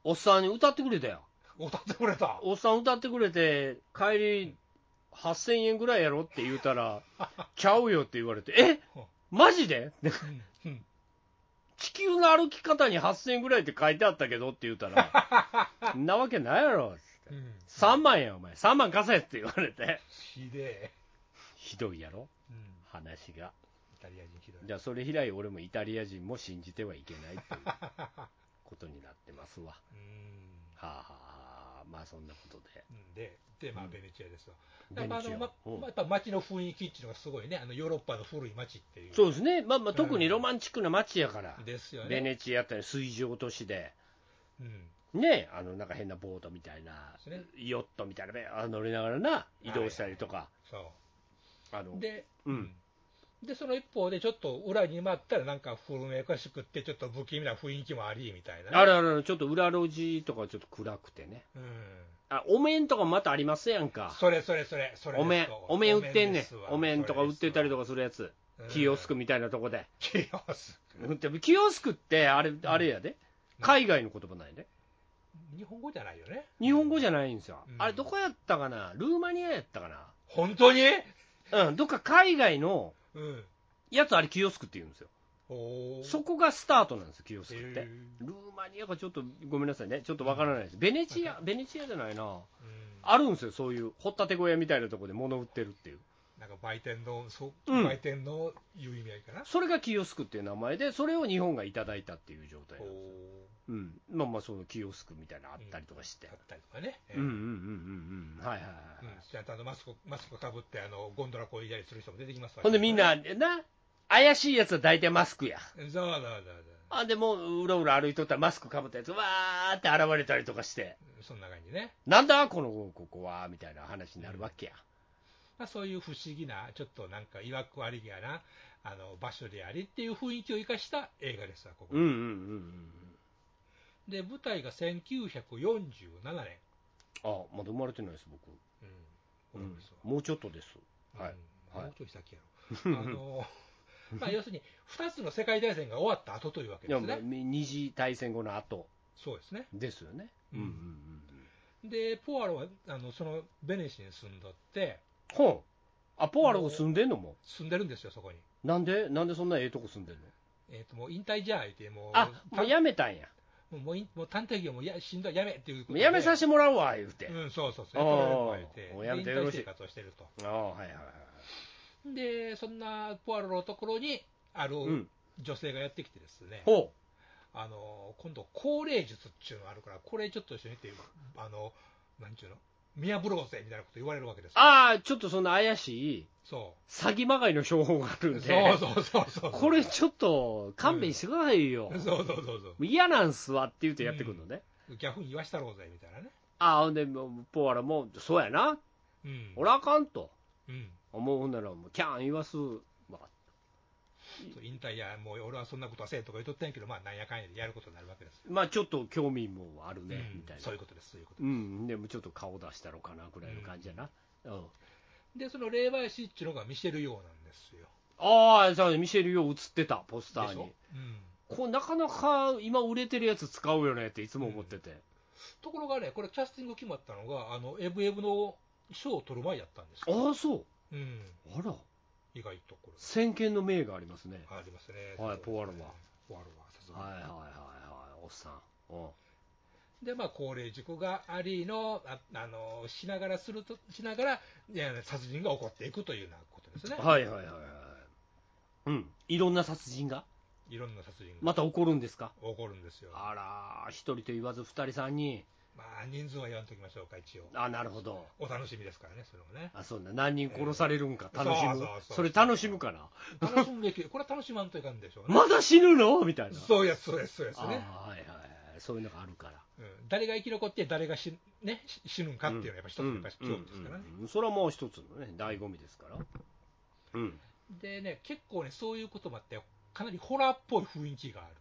B: おっさんに歌ってくれたよ。
C: 歌ってくれた。
B: おっさん歌ってくれて、帰り、8000円ぐらいやろって言うたら、ちゃうよって言われて、えマジでで
C: うんうん
B: 地球の歩き方に8000円ぐらいって書いてあったけどって言うたら、んなわけないやろ。
C: うん。
B: 3万や、お前。3万貸せって言われて。
C: ひでえ。
B: ひどいやろ
C: うん。
B: 話が。
C: イタリア人ひどい。
B: じゃあ、それ以来俺もイタリア人も信じてはいけないっていう ことになってますわ。
C: うん。
B: はあ、はあ、まあそんなことで。
C: で、で、まあ、
B: うん
C: ベネチアですよ。
B: ベ
C: やっぱあ
B: ネチ
C: の、
B: ア
C: ま
B: うん
C: まあ、やっぱ街の雰囲気っていうのがすごいね、あのヨーロッパの古い街っていう。
B: そうですね。まあまあ、特にロマンチックな街やから。
C: ですよね。
B: ベネチアって水上都市で。
C: うん。
B: ねあの、なんか変なボートみたいな
C: そうですね、
B: ヨットみたいなね、あ乗りながらな、移動したりとか、
C: そ
B: あの
C: う。、で、
B: うん
C: で、その一方で、ちょっと裏に回ったら、なんか古めかしくって、ちょっと不気味な雰囲気もあり、みたいなね、
B: あるあるある、ちょっと裏路地とかちょっと暗くてね。
C: うん。
B: あ、お面とかもまたありますやんか。
C: それそれそれ、それで
B: お
C: す
B: 面、お面売ってんねん。お面とか売ってたりと
C: か。
B: かするやつ
C: うん。
B: キヨスクみたいなとこで。
C: キオスク。
B: でもキヨスクって、あれ、あれやで。海外の言葉ないね。
C: 日本語じゃないよね。
B: 日本語じゃないんですよ
C: う。ん
B: あれ、どこやったかなルーマニアやったか
C: 本当に
B: なうん、どっか海外の
C: うん。
B: やつあれ、キヨスクって言うんですよ。
C: おー
B: そこがスタートなんですよ、キヨスクっ
C: へ
B: て
C: ー。
B: ルーマニアがちょっとごめんなさいね、ちょっとわからないです。ベネチア、ベネチアじゃないな。
C: うん
B: あるんですよ、そういう、掘ったて小屋みたいなとこで物売ってるっていう。
C: なんか売店の、そう
B: うん
C: 売店のいう意味合いかな。
B: それがキヨスクっていう名前で、それを日本がいただいたっていう状態
C: お
B: なんですよ。
C: ー
B: うん。まあまあ、そのキヨスクみたいなのあったりとかして
C: だ。ったりとかね。え
B: うんうんうん
C: ー
B: うんうん。はいはいは
C: う
B: い
C: ん
B: はい。
C: ちゃんとあのマスク、マスクかぶって、あの、ゴンドラこういだりする人も出てきますわ
B: ほんでみん。な、な、怪しいやつは大体マスクや。
C: そうそうそう
B: あ、でもう、うろうろ歩いとったらマスクかぶったやつ、わーって現れたりとかして、
C: そう。そんな感じね。
B: なんだこの、ここは、みたいな話になるわけや。
C: まあ、そういう不思議な、ちょっとなんか、いわくありげやな、あの、場所でありっていう雰囲気を生かした映画ですわ、ここ。
B: うんうんうんうん。
C: で、舞台が1947年。
B: あ、まだ生まれてないです、僕。
C: うん。
B: うん
C: ですわ
B: もうちょっとです。はい。
C: うん
B: はい
C: もうちょい先やろ。あ の、まあ、要するに、2つの世界大戦が終わった後というわけ
B: い
C: で
B: や、
C: す
B: まあ
C: ね。
B: 二次大戦後の後
C: そうですね。
B: ですよね。
C: うん
B: んうん。
C: で、ポアロは、あの、その、ベネシに住んどって、
B: ほう。あ、ポアロが住んでんのも
C: 住んでるんですよ、そこに。
B: なんで、なんでそんなええとこ住んでんの
C: えっ、と、もう引退じゃあ、言って、もう、
B: あ、も
C: た
B: うやめたんや。
C: もういもう探偵業もやしんどい、やめっていうことで
B: やめさせてもらうわ、言うて。
C: うん、そうそうそう。
B: ああ
C: やめて
B: もうやめて
C: で
B: よ
C: 引
B: ろ
C: 退
B: しい
C: 生活をしてると。
B: ああ、はいはいはい。
C: で、そんなポアロのところに、ある
B: うん。
C: 女性がやってきてですね、
B: ほ
C: あの、今度、高齢術っていうのがあるから、これちょっと一緒にっていう、あの、なんちゅうの、見破ろうぜみたいなこと言われるわけです
B: う。
C: よ。
B: ああ、ちょっとそんな怪しい、
C: そ
B: 詐欺まがいの商法があるん
C: う。
B: で。
C: そうそうそうそう。
B: これちょっと、勘弁してくださいよ。
C: そうそうそうそう。
B: もう嫌なんすわって言うてやってくるのね。
C: 逆に言わしたろうぜみたいなね。
B: ああ、ほんで、もうポアラも、そうやな。
C: うん。
B: 俺あかんと。
C: うん。
B: 思うなら、もうキャーン言わすわ。
C: そう引退や、もう俺はそんなことはせえとか言っとったんやけど、まあ、なんやかんやでやることになるわけですよ。
B: まあちょっと興味もあるね、
C: うん
B: みたいな。
C: そういうことです、そういうこと
B: うん、でもちょっと顔出したろかなぐらいの感じやな。うん。
C: で、その霊媒師っていうのが見せるようなんですよ。
B: ああ、そうね、見せるよう映ってた、ポスタ
C: で
B: ー
C: しょ
B: に。
C: うん
B: これなかなか今売れてるやつ使うよねっていつも思ってて。
C: ところがね、これ、キャスティング決まったのが、あのエブエブの賞を取る前やったんですよ、
B: ああ、そう。
C: うん、
B: あら、
C: 意外とこれ、
B: 先見の明がありますね。
C: ありますね、
B: はい
C: そうですね
B: ポワロワ、
C: ポワロワ、さす
B: はい
C: が
B: はいはいはい、おっさん。うん。
C: にで、まあ、高齢事故がありの、ああのしながらすると、しながら、いや殺人が起こっていくというようなことですね、
B: はいはいはいはい。うん。いろんな殺人が
C: いろんな殺人が
B: また起こるんですか
C: 起こるんですよ、
B: あらー、一人と言わず二人三人。
C: まあ、人数は言わんときましょうか、一応、
B: あ、なるほど。、
C: お楽しみですからね、それもね
B: あ、そうな。何人殺されるんか、
C: えー
B: 楽しむ。
C: そうそうそう
B: それ楽しむかな。
C: 楽しむべき、これは楽しまんといかんでしょうね、
B: まだ死ぬのみたいな。
C: そうや、そうや、そうや、
B: あー
C: ね。
B: はいはいはい。そういうのがあるから。
C: うん誰が生き残って誰が死,、ね、し死ぬんかっていうのはやっぱ一つのやっぱ
B: う
C: 興
B: ん
C: 味ですからね、
B: うんうんそれはもう一つのね、醍醐味ですから。うん。
C: でね結構ねそういうこともあってかなりホラーっぽい雰囲気がある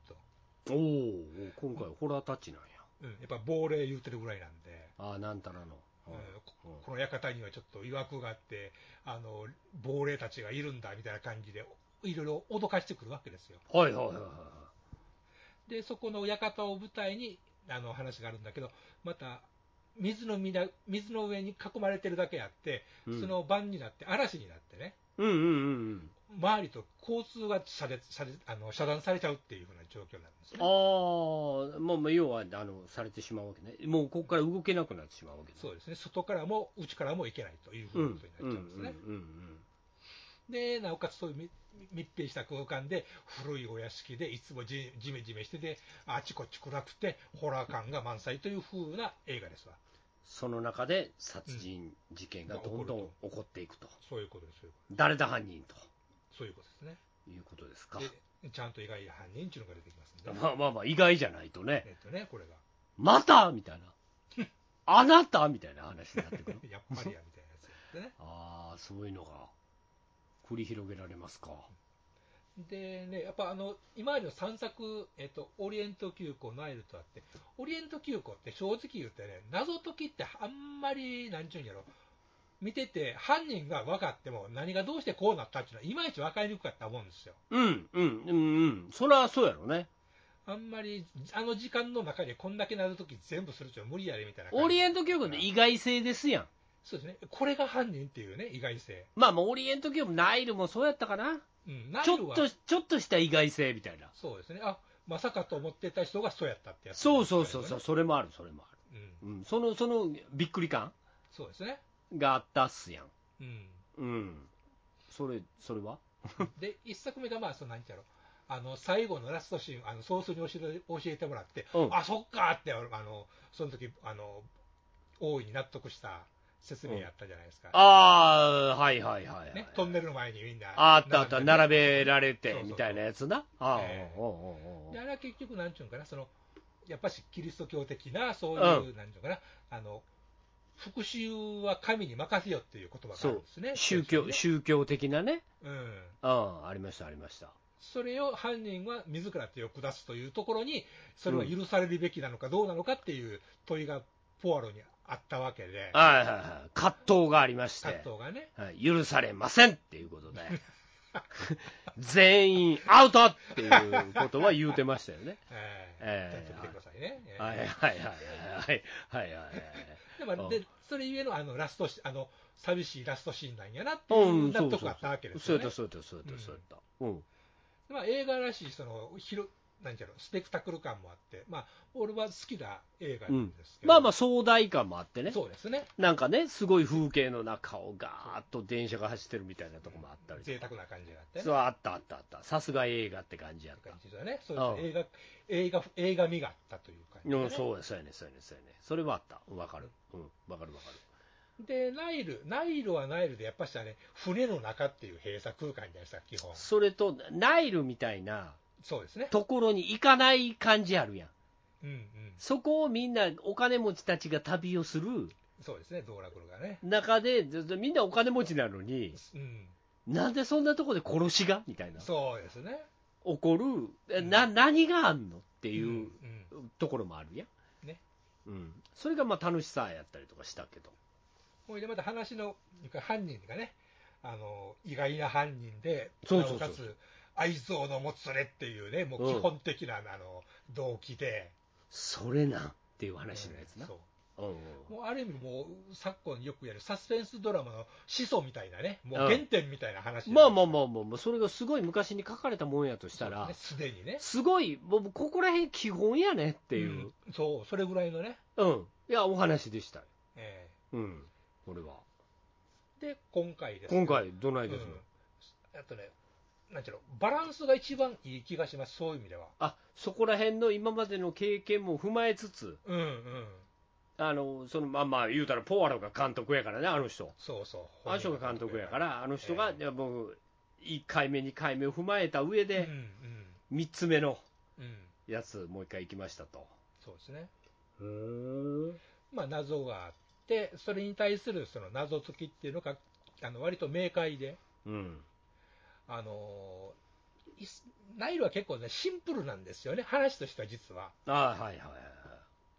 C: と、
B: おお、今回ホラータッチなんや。
C: うんやっぱ亡霊言うてるぐらいなんで、
B: あーなんたらの。
C: うん
B: はい
C: ここの館にはちょっと曰くがあってあの亡霊たちがいるんだみたいな感じでいろいろ脅かしてくるわけですよ
B: はいはいはいはい。
C: でそこの館を舞台にあの話があるんだけどまた水のみな水の上に囲まれてるだけあって、
B: うん
C: その晩になって嵐になってね
B: うんうんうんうん。
C: 周りと交通が遮断遮断あの遮断されちゃうっていうふうな状況なんですね。
B: ああ、まあまあ、要はあのされてしまうわけね、もうここから動けなくなってしまうわけね
C: そうですね外からも内からも行けないというふ
B: う
C: うなんことになっちゃ
B: うんう
C: うんですね。
B: ん
C: で、なおかつそういう密密閉した空間で、古いお屋敷でいつもじじめじめしてて、あちこち暗くて、ホラー感が満載というふうな映画ですわ。
B: その中で殺人事件がどんどん起こっていくと、
C: そういうことです、そういうこ
B: 誰だ犯人
C: とそういうことですね。
B: ということですか、
C: で、ちゃんと意外な犯人っていうのが出てきますんで、
B: まあまあまあ、意外じゃないとね、
C: えっとね、これが、
B: またみたいな、あなたみたいな話になってくる、
C: やっぱりやみたいなやつでね。
B: ああ、そういうのが繰り広げられますか、
C: でね、やっぱあの今までの3作、えっと、オリエント急行、ナイルとあって、オリエント急行って正直言ってね、謎解きってあんまり、なんちゅうんやろ、見てて、犯人が分かっても、何がどうしてこうなったっていうのは、いまいち分かりにくかったと思うんですよ。
B: うんうんうんうん、そりゃそうやろね、
C: あんまり、あの時間の中でこんだけ謎解き全部するっていうのは無理やでみたいな感じ
B: オリエント教区の意外性ですやん。
C: そうですね、これが犯人っていうね、意外性。
B: まあ、まあオリエント教もナイルもそうやったかな、
C: うん、ナイ
B: ちょ
C: ル
B: っ
C: は
B: と、ちょっとした意外性みたいな。
C: そうですね、あまさかと思ってた人がそうやったってやつ、
B: そうそうそうそう、それもある、それもあ
C: うん、
B: る。うん、その、その、びっくり感
C: そうですね。
B: があったっすやん。
C: うん
B: うん。それ、それは
C: で、一作目がまあ、そのなんていうのあの、最後のラストシーン、あの、ソースに教えて教えてもらって、
B: うん
C: あ、そっかーって、あの、その時、あの、大いに納得した説明やったじゃないですか。
B: ああ、はいはいはい、はい
C: ね、トンネルの前にみんな。
B: あったあった、並べ
C: べ。
B: られ
C: そうそう
B: て、
C: そう
B: みたいなやつな。ああ、
C: ええ
B: おうおうおうおう
C: で、あれは結局、なんちゅうんかな、その、やっぱしキリスト教的な、そういう、
B: う
C: なんちゅうんかな、あの、復讐は神に任せよっていう言葉があるんですね。
B: 宗
C: 聖書に
B: 教、
C: ね
B: 宗教的なね。
C: うん。
B: うん、ありました、ありました。
C: それを犯人は自ら手を下すというところに、それは許されるべきなのかどうなのかっていう問いがポアロにあったわけで、
B: はいはいはい。葛藤がありまして。
C: 葛藤がね、
B: はい、許されませんっていうことで、 全員アウトっていうことは言うてましたよね。
C: えー
B: えー
C: ちゃんと見てくださいね。えー
B: はいはいはいはいはいはいはい。
C: でまあ
B: うん
C: でそれゆえのあのラストシあの寂しいラストシーンなんやなって
B: う、
C: いうん
B: そ
C: 納
B: うそう
C: 得
B: そ
C: があ
B: う
C: ったわけで。す
B: そう
C: よ
B: や
C: ね
B: った、。そうやった、そうやった、そうやった。うん。
C: でまあ、映画らしいその広なんていうのスペクタクル感もあって、まあ、俺は好きな映画なんですけど、
B: まあまあ壮大感もあってね、
C: そうですね、
B: なんかね、すごい風景の中をガーッと電車が走ってるみたいなとこもあったり
C: 贅
B: とか
C: 沢な感じがあってね
B: そう、あったあったあった。さすが映画って感じやった
C: 感。じだね、そう
B: うん
C: いう映画映画映画味があったという感じだね、
B: うん、そうや、そうやね、そうやね、そうやね。それはあった。わかる。うん、わかるわかる。
C: でナイル、ナイルはナイルで、やっぱしあれ、船の中っていう閉鎖空間じゃないですか、基本、
B: それと、ナイルみたいな、
C: そうですね、
B: ところに行かない感じあるやん。
C: うんうん、
B: そこをみんなお金持ちたちが旅をする
C: そうですね、道楽がね、
B: 中で、ずっとみんなお金持ちなのに、
C: うん、
B: なんでそんなとこで殺しがみたいな、
C: そうですね。
B: 起こる、え
C: うん
B: な何があんのって
C: て
B: いうんところもあるや、
C: ね
B: うん、それがまあ楽しさやったりとかしたけど、
C: ほいでまた話の犯人がねあの意外な犯人で
B: そうそうそう
C: なおかつ愛憎の持つれっていうねもう基本的な、あの動機で
B: それなんっていう話のやつな、
C: そう
B: うん
C: もうある意味もう昨今よくやるサスペンスドラマの始祖みたいなねもう
B: うん
C: 原点みたいな話、
B: まあまあまあまあまあ、それがすごい昔に書かれたもんやとしたら
C: ね、すでにね
B: すごい、僕、ここら辺、基本やねっていう、
C: んそうそれぐらいのね、
B: うん、いや、お話でした、
C: え
B: うん、これは。
C: えで今回ですね
B: 今回、どないです
C: う
B: の、
C: んあとねなんちゅうのバランスが一番いい気がしますそういう意味では
B: あそこら辺の今までの経験も踏まえつつ、
C: うんうん
B: あのそのまあまあ言うたら、ポワロが監督やからね、あの人、
C: そうそう
B: あの人が監督やから、あの人
C: え
B: が、
C: え
B: いやもう1回目、2回目を踏まえた上で
C: う、ん
B: 3つ目の
C: うんうん
B: やつ、もう1回行きましたと。
C: そうですね
B: うん
C: まあ謎があってそれに対するその謎解きっていうのがあの割と明快で
B: うん、
C: あのーいすナイルは結構ねシンプルなんですよね話としては実は
B: ああはいはいはいはい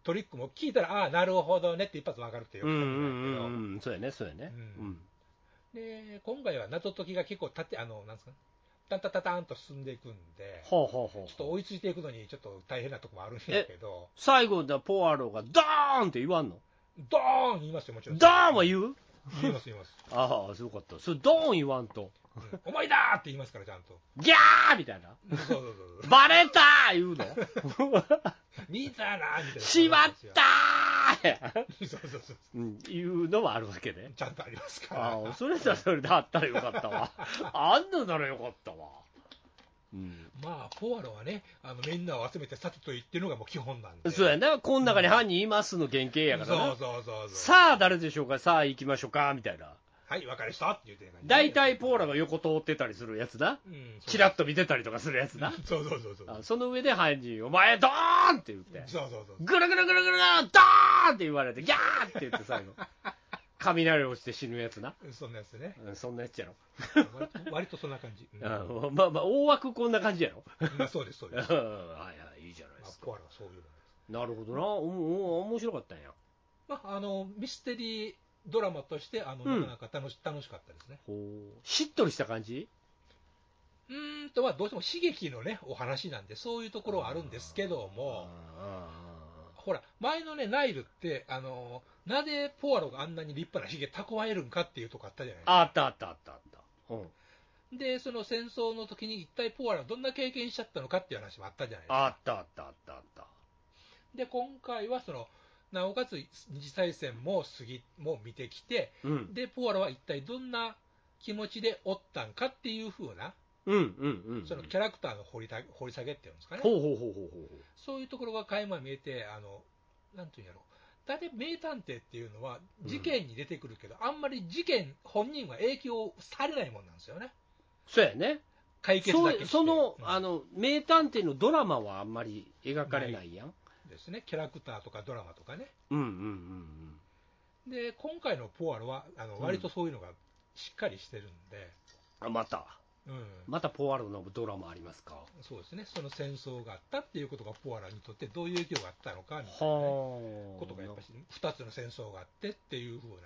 C: トリックも聞いたらああなるほどねって一発わかるっていう
B: うん
C: 感
B: う
C: じ
B: んう
C: なんだ
B: んうんそうやねそうやね
C: うんけど、で今回は謎解きが結構たてあのなんですかねタンタタタンと進んでいくんでちょ
B: ほうほうほう
C: っと追いついていくのにちょっと大変なとこもあるんだけど
B: 最後だポワロがドーンって言わんの
C: ドーン言いますよもちろん
B: ドーンは
C: う
B: 言う
C: 言います言います
B: ああそうよかったそれドーン言わんと
C: うんお前だーって言いますから、ち ゃんと。
B: ギャーみたいな
C: そうそうそうそう。
B: バレたー言う の
C: 見たなーみたいな。
B: しまったー
C: そうそうそう。
B: うん言うのもあるわけね
C: ちゃんとありますから。
B: ああそれだそれだったらよかった わあんのならよかったわうん
C: まあ、ポワロはね、あのみんなを集めてさてと言ってるのがもう基本なんで。
B: そうやな、こん中に犯人いますの原型やからな。
C: そうそうそうそう。
B: さあ、誰でしょうか、さあ行きましょうか、みたいな。
C: はい、別れしたって言ってる感じで。
B: 大体ポーラが横通ってたりするやつな。
C: うん、
B: チラッと見てたりとかするやつな。
C: そうそうそうそう。
B: あその上で犯人、お前、ドーンって言って、
C: そうそうそう。
B: ぐるぐるぐるぐるぐる、ドーンって言われて、ギャーって言って最 後、雷落ちて死ぬやつな。
C: そんなやつ ね。
B: うんそんなやつやろ。
C: 割と割とそんな感じ。うん
B: うんまあまあ、大枠こんな感じやろ。
C: まあそうです、そう
B: うん
C: です。
B: はいはい、いいじゃない
C: ま
B: で
C: あ
B: すか。
C: ポワロはそういうの。
B: なるほどな。おお面白かったんや。
C: まあ、あの、ミステリードラマとして、あの、
B: うん
C: なかなか楽し楽しかったですね。
B: ほう。しっとりした感じ
C: うーんと、まあ、どうしても刺激のね、お話なんで、そういうところはあるんですけども、ほら、前のね、ナイルって、あのー、なぜポワロがあんなに立派なヒゲ蓄えるんかっていうとこあったじゃない
B: あったあったあったあった。うん。
C: でその戦争の時に一体ポワロはどんな経験しちゃったのかっていう話もあったじゃない
B: あったあったあったあった。
C: で今回はその、なおかつ二次大戦も過ぎ、もう見てきて、
B: うん。
C: で、ポワロは一体どんな気持ちでおったんかっていう風な、
B: うんうんうん。
C: そのキャラクターの掘りた掘り下げっていうんですかね。
B: ほうほうほうほうほう。
C: そういうところが垣間見えて、あのなんていうんやろ大体名探偵っていうのは、
B: うん
C: 事件に出てくるけど、あんまり事件、本人は影響されないもんなんですよね、
B: そうやね。
C: 解決だけして
B: そその、
C: うん
B: あの、名探偵のドラマはあんまり描かれないやん。
C: ですね、キャラクターとかドラマとかね、
B: うんうんうん
C: で今回のポワロは、あ
B: う
C: の
B: ん
C: 割とそういうのがしっかりしてるんで、
B: うん。あ、また、
C: うん
B: またポワロのドラマありますか。
C: そうですね、その戦争があったっていうことが、ポワロにとってどういう影響があったのかみたいなね、
B: はあ。
C: ことがやっぱし、2つの戦争があってっていうふうな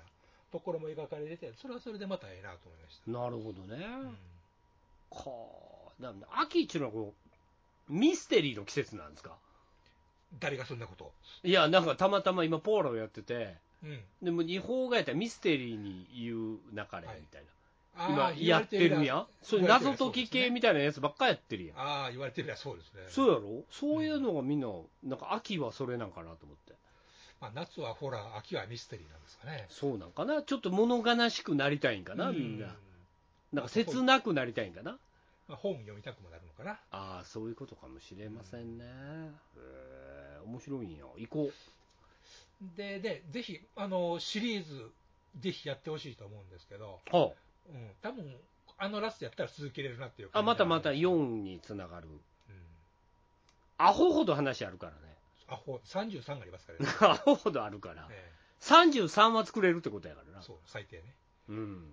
C: ところも描かれてて、それはそれでまたええなと思いました。
B: なるほどね。
C: うん
B: かあ。なんだ秋っていうのはこう、ミステリーの季節なんですか
C: 誰がそんなことを
B: いや、なんかたまたま今ポワロをやってて、
C: うん、
B: でも日本がやったらミステリーに言う流れみたいな。今
C: あー
B: やってるやん。そういう謎解き系
C: 言われてる
B: みたいなやつばっかやってるやん。
C: ああ、言われてみりゃそうですね。
B: そうやろそういうのがみんな、なんか秋はそれなんかなと思って。
C: まあ、夏はホラー、秋はミステリーなんですかね。
B: そうなんかなちょっと物悲しくなりたいんかなみん
C: う
B: な。なんか切なくなりたいんかな
C: まあ、本読みたくもなるのかな。
B: ああ、そういうことかもしれませんね。へえ、面白いんや。行こ
C: で、で、ぜひ、あの、シリーズ、ぜひやってほしいと思うんですけど、
B: う。は
C: うん、多分あのラストやったら続けれるなっていう
B: あ。あ、
C: 感じ
B: またまた
C: うん。
B: 4につながる。アホほど話あるからね。
C: あ、ほ、33がありますからね。
B: アホほどあるから。
C: え
B: 33は作れるってことやから
C: え
B: な。
C: そう、最低ね。
B: うん。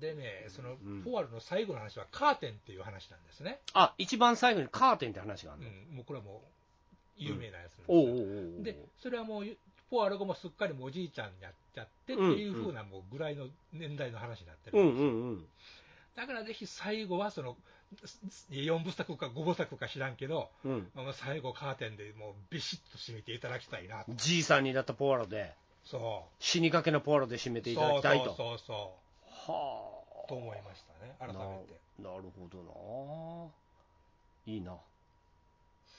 C: でね、その
B: ん
C: ポワルの最後の話はカーテンっていう話なんですね、
B: あ、一番最後にカーテンって話があ
C: う
B: るの。
C: ん、もうこれはもう有名なやつなんですよ
B: おうおうおうおう
C: でそれはもうポワロがもうすっかりもうおじいちゃんになっちゃってっていうふうなもうぐらいの年代の話になってる
B: うんん
C: ですよ、
B: うんうん。
C: だからぜひ最後はその4部作か5部作か知らんけど
B: うん。
C: あの最後カーテンでもうビシッと締めていただきたいなと
B: じいさんになったポワロで、
C: そ
B: 死にかけのポワロで締め
C: う
B: ていただきたいと。
C: そうそうそ
B: は
C: うと思いましたね
B: あ。
C: 改め
B: な
C: て
B: なるほどな。いいな。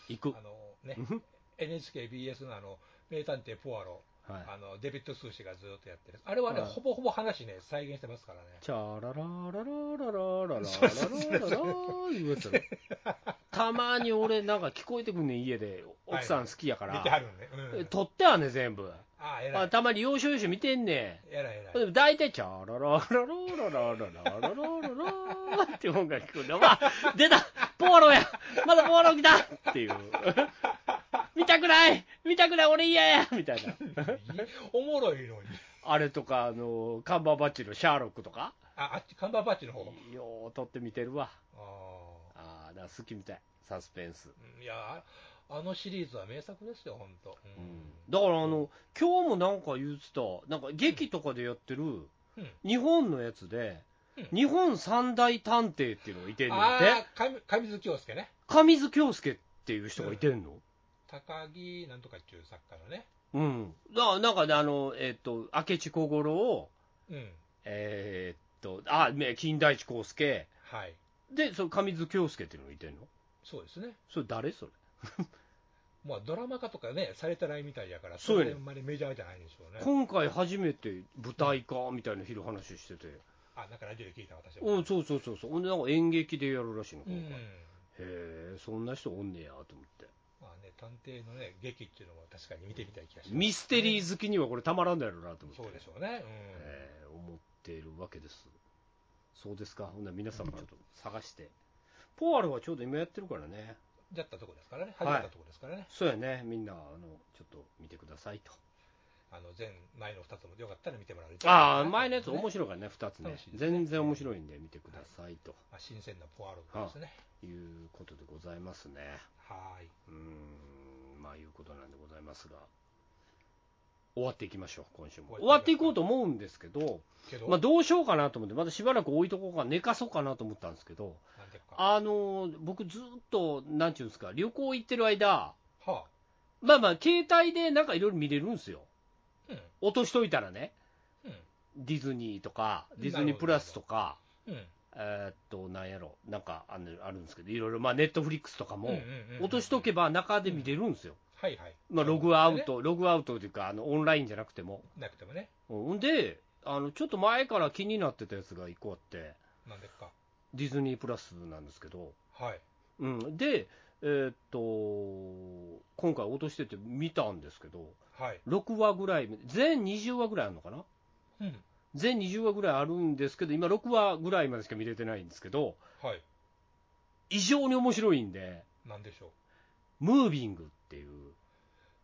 B: 行く
C: あ。のね
B: うん
C: NHKBS のあの名探偵ポワロ、
B: はい。
C: あのデビッド・スーシがずっとやってるあれはね、
B: はい
C: ほぼほぼ話ね再現してますからね
B: チャララララララララララララ
C: そうそうそう
B: ラいうやつたまに俺なんか聞こえてくんねん家で奥さん好きやか
C: 見ては
B: ら
C: るんね、うん、
B: 撮ってはね全部
C: ああ偉
B: あ
C: い
B: たまに要所要所見てんね
C: 偉い偉い
B: んでも大体チャラララララララララララって音が聞こえるわ出たポワロやまだポワロ来たっていう見たくない見たくない俺嫌やみたいな
C: おもろいのに。
B: あれとかあのカンバーバッチのシャーロックとか
C: あ、あっち、カンバーバッチの方。
B: よう撮って見てるわ
C: あ
B: ああ、だから好きみたい、サスペンス。
C: ーいや、ああのシリーズは名作ですよ、本当。うん
B: だからあの、今日もなんか言ってた、なんか劇とかでやってる、
C: うん
B: 日本のやつで、
C: うん
B: 日本三大探偵っていうのがいてんのっ
C: あ
B: て、
C: あ、神神津京介ね。
B: 上津京介っていう人がいてんの、
C: 高木なんとかっていう作家のね。
B: うん、だからなんかね、あの、えっと、明智小五郎、
C: うん。
B: えーっと、あ、ね金田一耕介、
C: はい。
B: で、その上津京介っていうのがいてんの
C: そうですね。
B: それ誰それ
C: まあ、ドラマ化とかね、されてないみたいやから、
B: そうや
C: れ
B: ね
C: あんまりメジャーじゃないんでしょうね。
B: 今回初めて舞台化みたいな昼話してて、
C: あ、なんかラジオで聞いた私
B: お
C: も。
B: うそうそうそうそうほんでなんか演劇でやるらしいの
C: う
B: 今回、
C: ん
B: へ。えそんな人おんねやと思って
C: まあね、探偵のね、劇っていうのも確かに見てみたい気がします。
B: ミステリー好きにはこれたまらんだやろうなと思って
C: そうでしょうね。
B: ええ思っているわけですそうですかほんなら皆さんもちょっと探してポワロはちょうど今やってるからね
C: うん。やったとこですからね。始めたとこですからね。
B: そうやねみんなあのちょっと見てくださいと
C: あの前前の2つもよかったら見てもらえると
B: ああ前のやつ
C: ね
B: 面白いからね2つね
C: 楽しいですね
B: 全然面白いんで見てくださいと
C: まあ新鮮なポアログですね。
B: いうことでございますね
C: はーい。
B: うーんまあいうことなんでございますが終わっていきましょう今週も終わっていこうと思うんですけど、
C: けど、
B: まあ、どうしようかなと思ってまたしばらく置いとこうか寝かそうかなと思ったんですけど
C: なんていうか、
B: あのー僕ずっとなんていうんですか旅行行ってる間
C: は
B: まあまあ携帯でなんかいろいろ見れるんですよ
C: あ、うん、
B: 落としといたらね
C: う
B: ディズニーとか
C: なる
B: デ
C: ほど
B: ィズニープラスとか
C: ん、うん、
B: えーっとなんやろなんかあのあるんですけどいろいろまあネットフリックスとか
C: うん
B: も
C: うんうんうん
B: 落としとけば中で見れるんですよ
C: はいはい。
B: まあ、ログアウ
C: ね。
B: ト、ログアウトというか、あのオンラインじゃなくても、
C: なくてもね、
B: うんであの、ちょっと前から気になってたやつが1個あって、
C: なんでか、
B: ディズニープラスなんですけど、
C: はい。
B: うん、で、えーっと、今回落としてて見たんですけど、
C: はい。
B: 6話ぐらい、全20話ぐらいあるのかな、
C: うん、
B: 全20話ぐらいあるんですけど、今、6話ぐらいまでしか見れてないんですけど、
C: はい。
B: 異常に面白いんで、
C: なんでしょ
B: ムービングっていう、
C: う。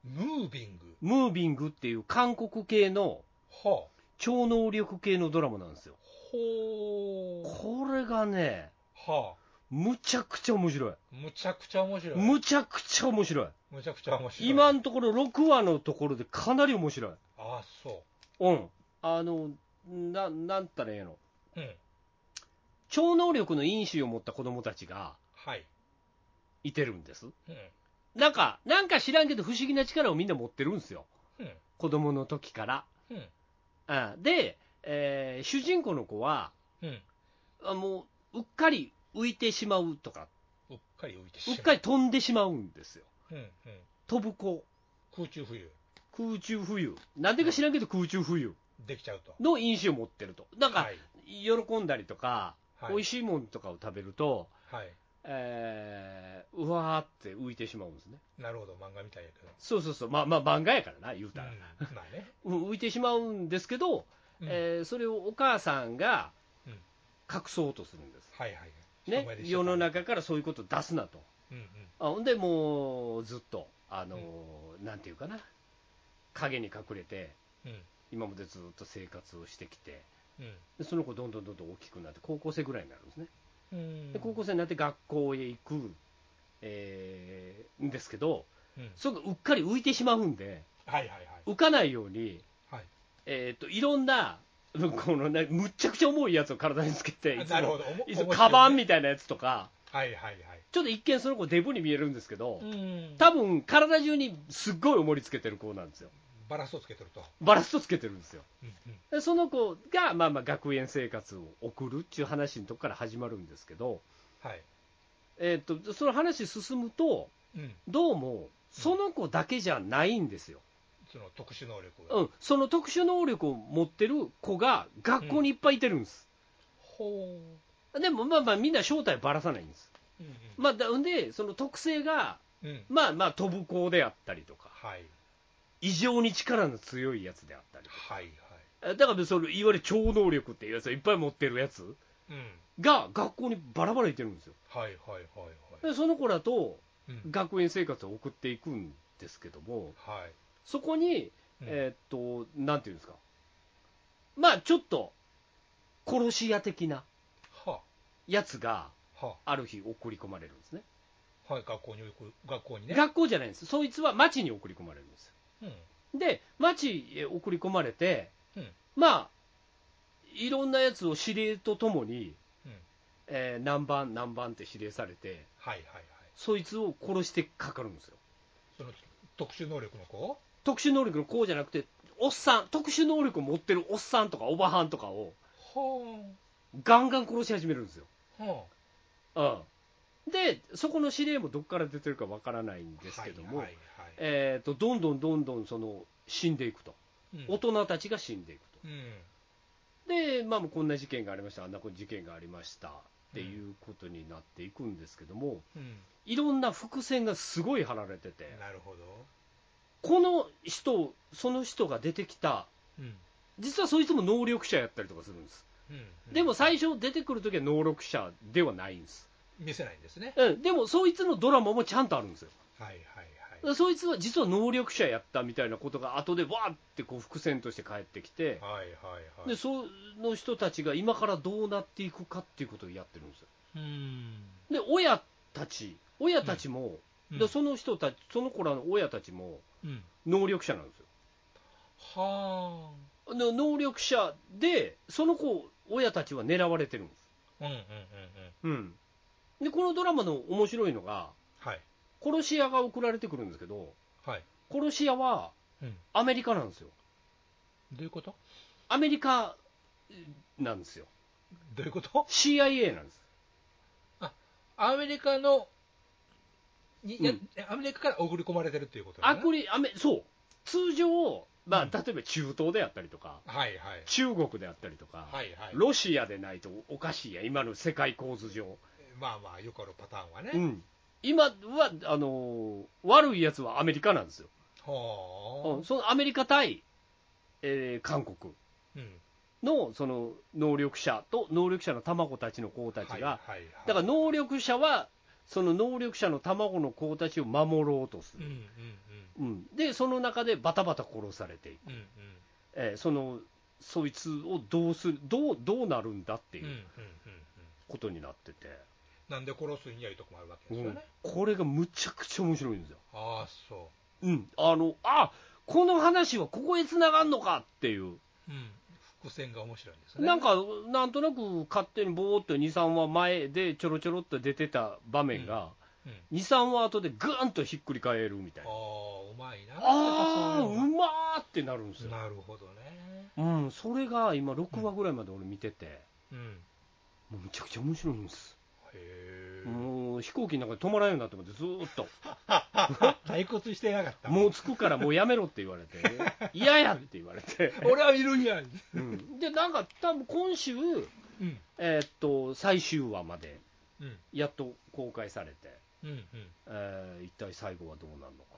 C: ムービング。
B: ムービングっていう韓国系の
C: はあ、
B: 超能力系のドラマなんですよ。
C: ほー。
B: これがね、
C: はあ、
B: むちゃくちゃ面白い。
C: むちゃくちゃ面白い。
B: むちゃくちゃ面白い。
C: むちゃくちゃ面白い。
B: 今のところ6話のところでかなり面白い。
C: ああ、そ
B: うん。あの、な、なんたらええの。
C: う。うん、
B: 超能力の因子を持った子供たちが
C: はい。
B: いてるんです。
C: うん、
B: なんか、なんか知らんけど不思議な力をみんな持ってるんですよ。
C: うん、
B: 子供の時から。
C: うん、
B: うん、で、えー主人公の子は、
C: うん。
B: あもう、うっかり浮いてしまうとか、
C: うっかり浮いてし
B: うっ
C: ま
B: かり。飛んでしまうんですよ。
C: うん、うん。
B: 飛ぶ子。
C: 空中浮遊
B: 空中浮遊。なんでか知らんけど空中浮遊。
C: できちゃうと。
B: の因子を持ってると。だから、
C: はい。
B: 喜んだりとか、
C: はい
B: 美味しいものとかを食べると、
C: はい。
B: えーうわーって浮いてしまうんですね。
C: なるほど、漫画みたいやけど。
B: そうそうそう、まあまあ漫画やからな、言うたら。
C: うん、まあね。
B: うん浮いてしまうんですけど、
C: うん
B: えーそれをお母さんが
C: うん
B: 隠そうとするんです。
C: はいはい。
B: ね
C: 人前で、した
B: 世の。中からそういうことを出すなと。
C: うんうん。
B: あほんで、もうずっと、あのーなんていうかな、影に隠れて、
C: うん
B: 今までずっと生活をしてきて、
C: う
B: でその子どんどんどんどん大きくなって高校生ぐらいになるんですね
C: うん
B: で高校生になって学校へ行く、えーんですけど
C: うんはい
B: そのうっかり浮いてしまうんで
C: はいはい
B: 浮かないように、
C: はい
B: えー、といろんなこのねむっちゃくちゃ重いやつを体につけてい
C: あ
B: つ
C: なる
B: も
C: ほどおも
B: いつも
C: 面白いね
B: カバンみたいなやつとか
C: はいはいはい
B: ちょっと一見その子デブに見えるんですけど、
C: うん
B: 多分体中にすっごい重りつけてる子なんですよ
C: バランスをつけてると
B: バラストつけてるんですよ
C: うんうん
B: でその子が、まあ、まあ学園生活を送るっていう話のとこから始まるんですけど、
C: はい
B: えー、とその話進むと
C: うん
B: どうもその子だけじゃないんですよ、
C: その特殊能力が
B: うん、その特殊能力を持ってる子が学校にいっぱいいてるんです、
C: ほ
B: でもまあまあみんな正体ばらさないんです、
C: ううん
B: まあ、だんでその特性が
C: うんうん
B: まあまあ飛ぶ子であったりとか
C: はい
B: 異常に力の強いやつであったり
C: はいはい
B: えだからそのいわゆる超能力っていうやつをいっぱい持ってるやつ
C: うん
B: が学校にバラバラいてるんですよ
C: はいはいはいはい
B: でその子らと
C: うん
B: 学園生活を送っていくんですけども
C: はい
B: そこに
C: うん
B: えーっとなんていうんですかまあちょっと殺し屋的な
C: は
B: やつが
C: は
B: ある日送り込まれるんですね
C: はい学校に行く学校にね
B: 学校じゃないんですそいつは町に送り込まれるんですよ
C: うん
B: で町へ送り込まれて、
C: うん
B: まあいろんなやつを指令とともに、
C: うん
B: えー何番何番って指令されて
C: はいはいはい
B: そいつを殺してかかるんですよ
C: その特殊能力の子
B: 特殊能力のこうじゃなくておっさん特殊能力を持ってるおっさんとかおばはんとかを
C: ほう
B: ガンガン殺し始めるんですよ、
C: ほ
B: うん、でそこの指令もどこから出てるかわからないん
C: う
B: ですけども、
C: はいはいはい
B: えー、とどんどんどんどんその死んでいくと
C: うん
B: 大人たちが死んでいくと
C: うん
B: で、まあ、こんな事件がありました、あんな事件がありましたっていうことになっていくんですけども、
C: うん
B: いろんな伏線がすごい張られてて、
C: なるほど
B: この人、その人が出てきた、
C: うん
B: 実はそいつも能力者やったりとかするんです、
C: うん
B: でも最初出てくるときは能力者ではないんです、
C: 見せないんですね
B: うん、でもそいつのドラマもちゃんとあるんですよ、
C: はいはいは
B: でそいつは実は能力者やったみたいなことが後でわーってこう伏線として返ってきて、
C: いはいはいは
B: で
C: い
B: その人たちが今からどうなっていくかっていうことをやってるんですよ。
C: うん
B: で親たち親たちも、
C: うん
B: でその人たちその子らの親たちも
C: うん
B: 能力者なんです
C: は
B: よで能力者でその子親たちは狙われてるんです、
C: あうんうんうんうん
B: うん、でこのドラマの面白いのが
C: はい
B: 殺し屋が送られてくるんですけど
C: はい
B: 殺し屋は
C: うん
B: アメリカなんですよ
C: どういうこと
B: アメリカなんですよ
C: どういうこと
B: CIA なんです
C: アメリカのに、
B: うん
C: やアメリカから送り込まれてるっていうことだ
B: ア
C: ね
B: クリアメそう通常、まあ、
C: うん
B: 例えば中東であったりとか
C: はいはい
B: 中国であったりとか、
C: はいはい
B: ロシアでないとおかしいやん、今の世界構図上。
C: まあまあよくあるパターンはね、
B: うん、今はあのー悪いやつはアメリカなんですよ、う
C: ほ
B: ん、そのアメリカ対、えー韓国
C: ううん
B: のその能力者と能力者の卵たちの子たちが、
C: はいはいはい
B: だから能力者はその能力者の卵の子たちを守ろうとす
C: うん
B: る、
C: うん
B: うんでその中でバタバタ殺されていく、
C: うんうんうん
B: えーそのそいつをどうするどうどうなるんだって
C: うんうんうん
B: いう
C: うん
B: ことになってて。
C: なんで殺すんやいうとこもあるわけですよね、
B: これがむちゃくちゃ面白いんですよ。
C: ああそ
B: うん、あのあこの話はここへ繋がんのかっていう、
C: ううん伏線が面白いんですね
B: なんかなんとなく勝手にぼーっと2、3話前でちょろちょろっと出てた場面が、
C: うん
B: 2、3話後でぐーんとひっくり返るみたい
C: あ
B: な、
C: あうまいな
B: あー、う
C: やっ
B: まーってなるんで
C: ぱ
B: す
C: そういう
B: よ
C: の、なるほどね
B: うん、それが今、6話ぐらいまで俺見てて、
C: うん
B: もうむちゃくちゃ面白いんです、
C: へえ、
B: もう飛行機の中で止まらんようになって思って、ずーっと、
C: 退屈してなかった
B: もう着くからもうやめろって言われて、 嫌やって言われて。
C: 俺はいるんや
B: うんでなんか多分今週、
C: うん
B: えーっと最終話まで
C: うん
B: やっと公開されて、
C: うんうん
B: えー一体最後はどうなるのか、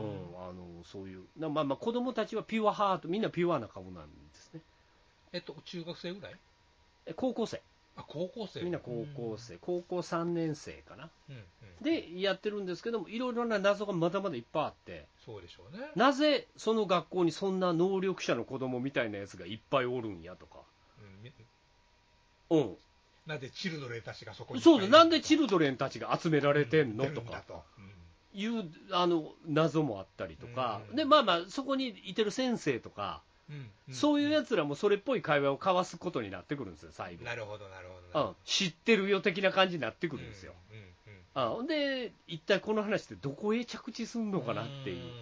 B: う
C: ー
B: ん
C: ん
B: あのそういうなまあまあ子供たちはピュアハートみんなピュアな顔なんですね
C: えっと中学生ぐらい
B: え高校生
C: あ高校生
B: みんな高校生、高校3年生かな、
C: うんうん、
B: でやってるんですけども、いろいろな謎がまだまだいっぱいあって、
C: そうでしょうね
B: なぜその学校にそんな能力者の子供みたいなやつがいっぱいおるんやとか、
C: うんみ
B: うん、
C: なぜチルドレンたちがそこに
B: そうだ、なんでチ
C: ル
B: ルドレンたちが集められてんのと
C: うんだ
B: か
C: とうん
B: いうあの謎もあったりとか、
C: うん
B: でまあまあ、そこにいてる先生とか、
C: うんん
B: そういうやつらもそれっぽい会話を交わすことになってくるんですよ、最後。
C: なるほどなるほどなる
B: う
C: ほ
B: ん
C: ど、
B: 知ってるよ的な感じになってくるんですよ。
C: うんうんうん
B: あほんで、一体この話ってどこへ着地するのかなっていう
C: ーん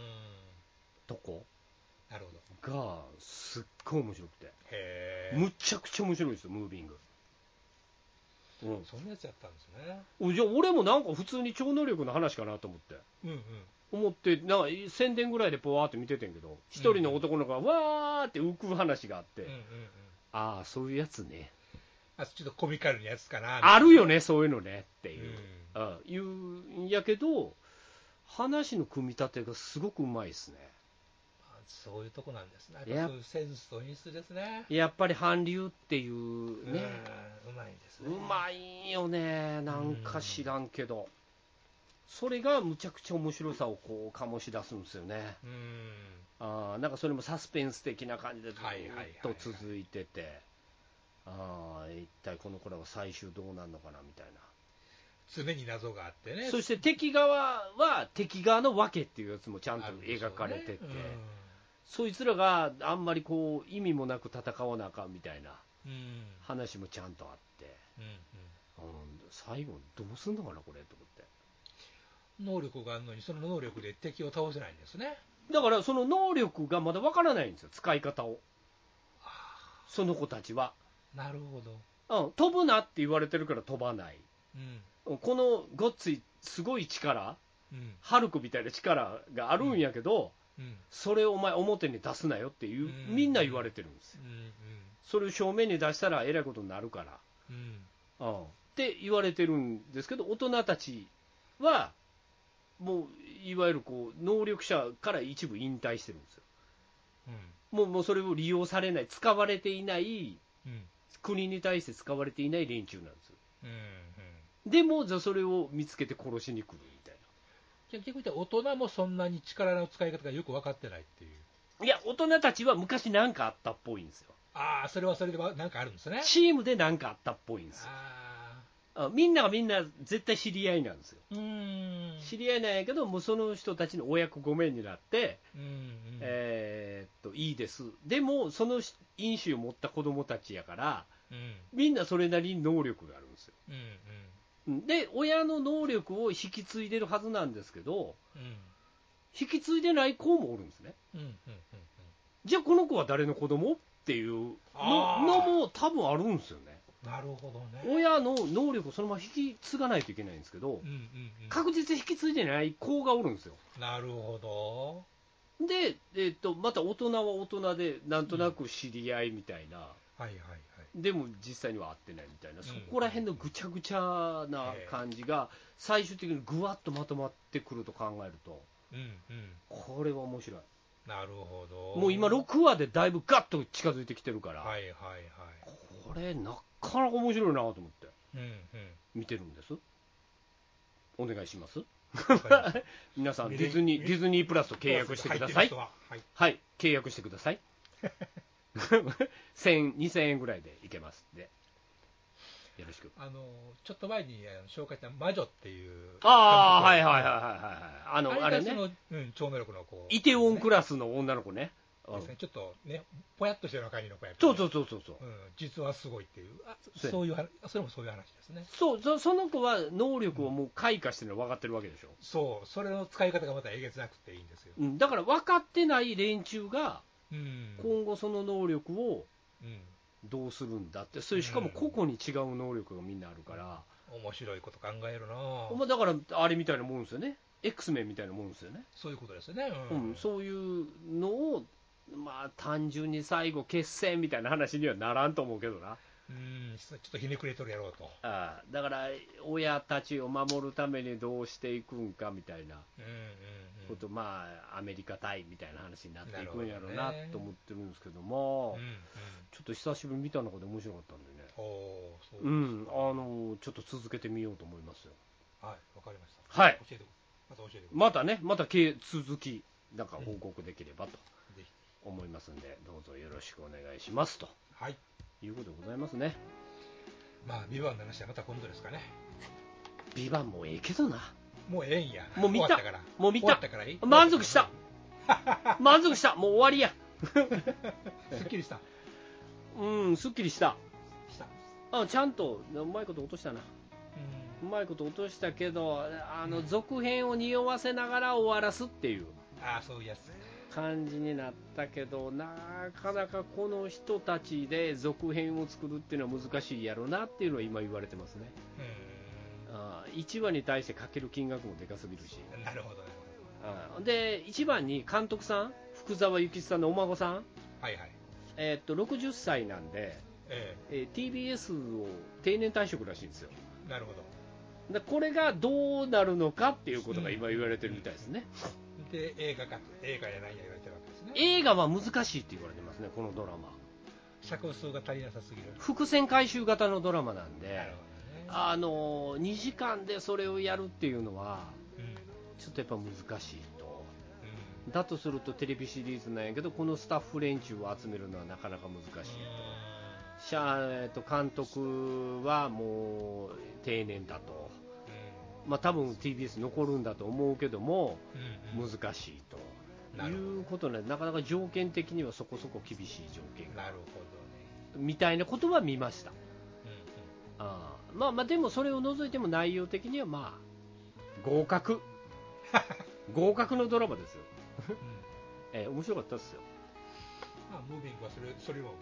B: とこ
C: なるほど
B: が、すっごい面白くて、
C: へえ
B: むちゃくちゃ面白いですよ、ムービング。うん
C: そんなやつやったんですね
B: お、じゃあ、俺もなんか普通に超能力の話かなと思って、
C: うんうん
B: 思って、なんか宣伝ぐらいでぽわーって見ててんけど、一人の男の子がわーって浮く話があって、
C: うんうんうん
B: ああ、そういうやつね、
C: あちょっとコミカルなやつかな
B: あるよね、そういうのねって
C: う
B: いう。
C: ん
B: あ言うんやけど、話の組み立てがすごくうまいですね。
C: あそういうとこなんですね。
B: いや
C: そういうセンスと演出ですね。
B: やっぱり韓流っていうね、
C: うんうまいです
B: う
C: ね。
B: まいよね、なんか知らんけど、それがむちゃくちゃ面白さをこう醸し出すんですよね、
C: うん。
B: あーなんかそれもサスペンス的な感じでずっ
C: はいはいはい
B: と続いてて、あー一体この子らは最終どうなるのかなみたい
C: 常に謎があってね。
B: な、そして敵側は敵側の訳っていうやつもちゃんと描かれてて。
C: あるんでしょうね
B: そいつらがあんまりこう意味もなく戦わなあかんみたいな
C: うん。うん
B: 話もちゃんとあって、
C: うん
B: うん、最後どうすんのかなこれと思って
C: うん能力があるのに、その能力で敵を倒せないんですね。
B: だからその能力がまだわからないんですよ使い方をその子たちは、
C: なるほど。
B: うん、飛ぶなって言われてるから飛ばない
C: うん。
B: うんこのごっついすごい力
C: うん。
B: ハルクみたいな力があるんやけど、
C: うん。
B: それをお前表に出すなよっていう
C: うん
B: みんな言われてるんですよ
C: うん。
B: それを正面に出したらえらいことになるから
C: うん。うん。
B: うんって言われてるんですけど、大人たちは、もういわゆるこう能力者から一部引退してるんですよ、
C: うん。
B: もうもうそれを利用されない、使われていない、
C: うん。
B: 国に対して使われていない連中なんですよ、
C: うん。
B: でも、じゃあそれを見つけて殺しに来るみたい
C: じゃあ、結局言ったら大人もそんなに力の使い方がよく分かってないっていう。
B: な、いや、大人たちは昔なんかあったっぽいんですよ、
C: ああ、それはそれでわなんかあるんですね。
B: チームでなんかあったっぽいんですよ、
C: あ
B: あみんながみんな絶対知り合いなんですよ、
C: あ。うん。
B: 知り合いなんやけど、もうその人たちの親子ごめんになって、
C: うんうん。
B: えーっといいです、でもその因子を持った子供たちやから、
C: うん。
B: みんなそれなりに能力があるんですよ。
C: うんうん
B: うんで、親の能力を引き継いでるはずなんですけど、
C: うん
B: 引き継いでない子もおるんですね。
C: うんうんうん
B: じゃあ、この子は誰の子供っていう
C: あー
B: ののも多分あるんですよね。
C: うんなるほどね。
B: 親の能力をそのまま引き継がないといけないんですけど
C: うん、うんうん
B: 確実に引き継いでない子がおるんですよ。
C: なるほど。
B: で、えーっとまた大人は大人で、なんとなく知り合いみたいな。
C: はいはいはい。
B: でも実際には会ってないみたいな、
C: ん
B: そこら辺のぐちゃぐちゃな感じが、最終的にぐわっとまとまってくると考えると、
C: うんうん。
B: これは面白い、
C: なるほど。
B: もう今、
C: は
B: 6話でだいぶガッと近づいてきてるか
C: い
B: ら、
C: はいはい。
B: これ、なかなか面白いなと思って、
C: うん
B: 見てるんです。お願いします。
C: うん。わかりまし
B: 皆さん、
C: 見
B: デ
C: れ
B: ィズニー、
C: 見
B: ディズニープラスと
C: た
B: 契約してください。
C: 入ってる人ははい。
B: はい、契約してください。1000、2000円ぐらいでいけますんで、よろしく。
C: あの、ちょっと前にあの紹介した魔女っていう。
B: ああ、はい
C: 韓
B: はいはい
C: 国の
B: はいはいはい。あの、あ
C: あれ
B: れ
C: がそ
B: ね、
C: の、うん、超能力の子。
B: イテウォンク
C: ラ
B: ラスの女の子ね。う
C: です
B: ん
C: ね。ちょっとね、ぽやっとしてる感じの子や。
B: そうそううそうそうそう。
C: うん、実はすごいっていう。あ
B: そうや
C: そういう話、それもそういう話ですね。
B: そうそ、その子は能力をもう開花してるのは分かってるわけでしょ。
C: そう、それの使い方がまたえげつなくていいんですよ。
B: うん、だから分かってない連中が、
C: うん
B: 今後その能力を
C: うん、
B: どうするんだって、それしかも個々に違う能力がみんなあるから、
C: 面白いこと考えるなぁ
B: まあ、だからあれみたいなもんですよね。X メンみたいなもんですよね。
C: そういうことですね。
B: う、
C: うん
B: そういうのを、まあ単純に最後決戦みたいな話にはならんと思うけどな。
C: うんちょっとひねくれとるやろうと。
B: ああだから親たちを守るためにどうしていくんかみたいな
C: うんうんう
B: こ
C: ん
B: と、まあアメリカ対みたいな話になっていくんやろうな
C: なるほどね
B: と思ってるんですけども、
C: うんうん
B: ちょっと久しぶりに見た中で面白かったんでね、
C: おーそうで
B: う
C: すか
B: ん、あのちょっと続けてみようと思いますよ。
C: はい、わかりました。
B: はい
C: 教えてくまた教えてくだ
B: またね、またけ続き、なんか報告できればと
C: さいぜひ。
B: 思いますんで、どうぞよろしくお願いしますと
C: はい。
B: いうことでございますね。
C: まあ、ビバンの話はまた今度ですかね。
B: ビバンもええけどな。
C: もうええんや。
B: もう見た
C: 終わったから。
B: もう見た
C: 終わったからいい
B: 満足した。満足した。もう終わりや。
C: すっきりした。
B: うん、すっきりした。
C: した。
B: あちゃんとうまいこと落としたな。
C: うん
B: うまいこと落としたけど、あの続編を匂わせながら終わらすっていう
C: ああ、そういうやつ。
B: 感じになったけど、なかなかこの人たちで続編を作るっていうのは難しいやろなっていうのは今言われてますね。
C: う
B: あ1話に対してかける金額もでかすぎるし、
C: ん。なるほど、なる
B: あで1番に監督さん、福沢諭吉さんのお孫さん、
C: ほど。はいはい。
B: えーっと60歳なんで、
C: え
B: えー TBS を定年退職らしいんですよ。
C: えなるほど。
B: でこれがどうなるのかっていうことが今言われてるみたいですね、
C: で、映画かと、映画やないや言われてるわけですね。
B: 映画は難しいって言われてますね、このドラマ、
C: 尺数が足りなさすぎる。
B: 伏線回収型のドラマなんで
C: なる、ほ
B: あの2時間でそれをやるっていうのは、
C: どね。
B: ちょっとやっぱ難しいと、
C: うん。うん。
B: だとするとテレビシリーズなんやけど、このスタッフ連中を集めるのはなかなか難しいと、しゃえっと監督はもう定年だと、まあ多分 TBS 残るんだと思うけども、
C: うん。うん。
B: 難しいと。
C: なるほ
B: いうことなんで、なかなか条件的にはそこそこ厳しい条件
C: ど。
B: が
C: なるほ
B: みたいなことは見ました、
C: どね。
B: あーまあまあ、でもそれを除いても内容的にはまあ合 格、合格のドラマですよ、
C: うん。うん。うん
B: えー面白かったですよ、
C: まあ、ムービングはそれそれを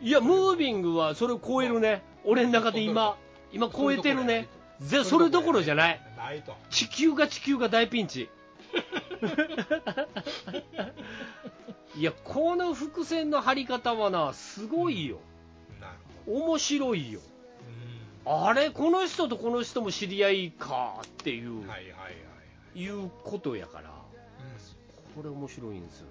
B: いや、ムービ
C: グ
B: ングはそれを超えるね、俺の中で今、今超えてるね、ぜそ
C: そ
B: れ
C: れ
B: ど
C: ど
B: こ
C: こ
B: ろ
C: ろ
B: じ
C: じ
B: ゃ
C: ゃ
B: ない、
C: ないと
B: 地球が地球が大ピン チ。いやこの伏線の張り方はなすごいよ
C: なる
B: 面白いよ
C: ほどう
B: あれこの人とこの人も知り合いかっていう、
C: んはいはいはいはい
B: い、うことやからこ
C: う
B: れ面白いんですよね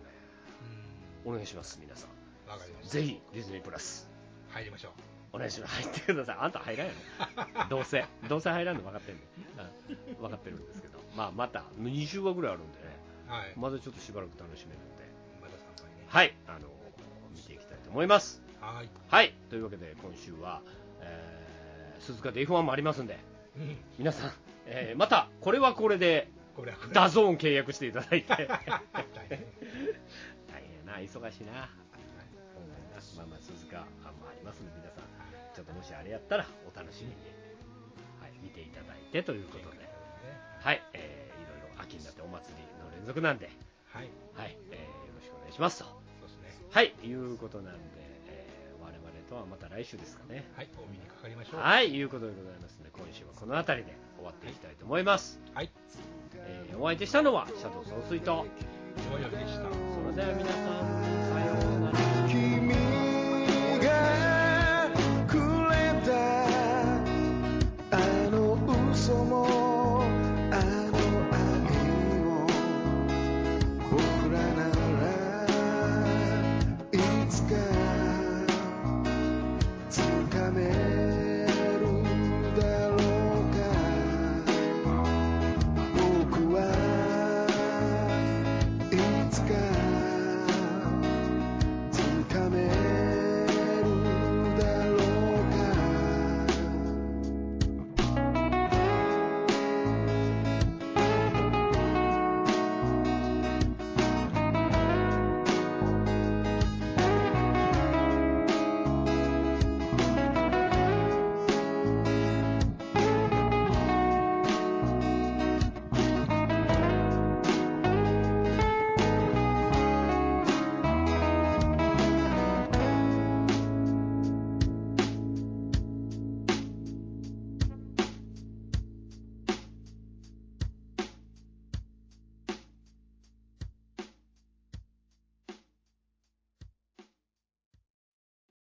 C: ん
B: お願いします皆さん
C: わかりました
B: ぜひディズニープラス
C: 入りましょう
B: お願いします入ってくださいあんた入らんよねどうせどうせ入らんの分かってんねん分かってるんですけど、まあ、また20話ぐらいあるんでね
C: はい
B: まだちょっとしばらく楽しめるんで
C: まだ3回ね
B: はいあの見ていきたいと思います
C: はい
B: はいというわけで今週は、えー鈴鹿で F1 もありますんで
C: うん
B: 皆さん、えーまたこれはこれで
C: これはこれ
B: ダゾーン契約していただいて大変や
C: 大変
B: な忙しいなほんまになまあまあ鈴鹿あもありますんで皆さんちょっともしあれやったらお楽しみに、はい、見ていただいてということではい、えーいろいろ秋になってお祭りの連続なんで
C: はい
B: はい、えーよろしくお願いしますと
C: そうですね
B: はいいうことなんで、えー我々とはまた来週ですかね
C: はいお見にかかりましょう
B: はいいうことでございますので今週はこの辺りで終わっていきたいと思います、
C: はい
B: えーお相手したのはシャドウ総帥と
C: お呼びでした
B: それでは皆さんさようなら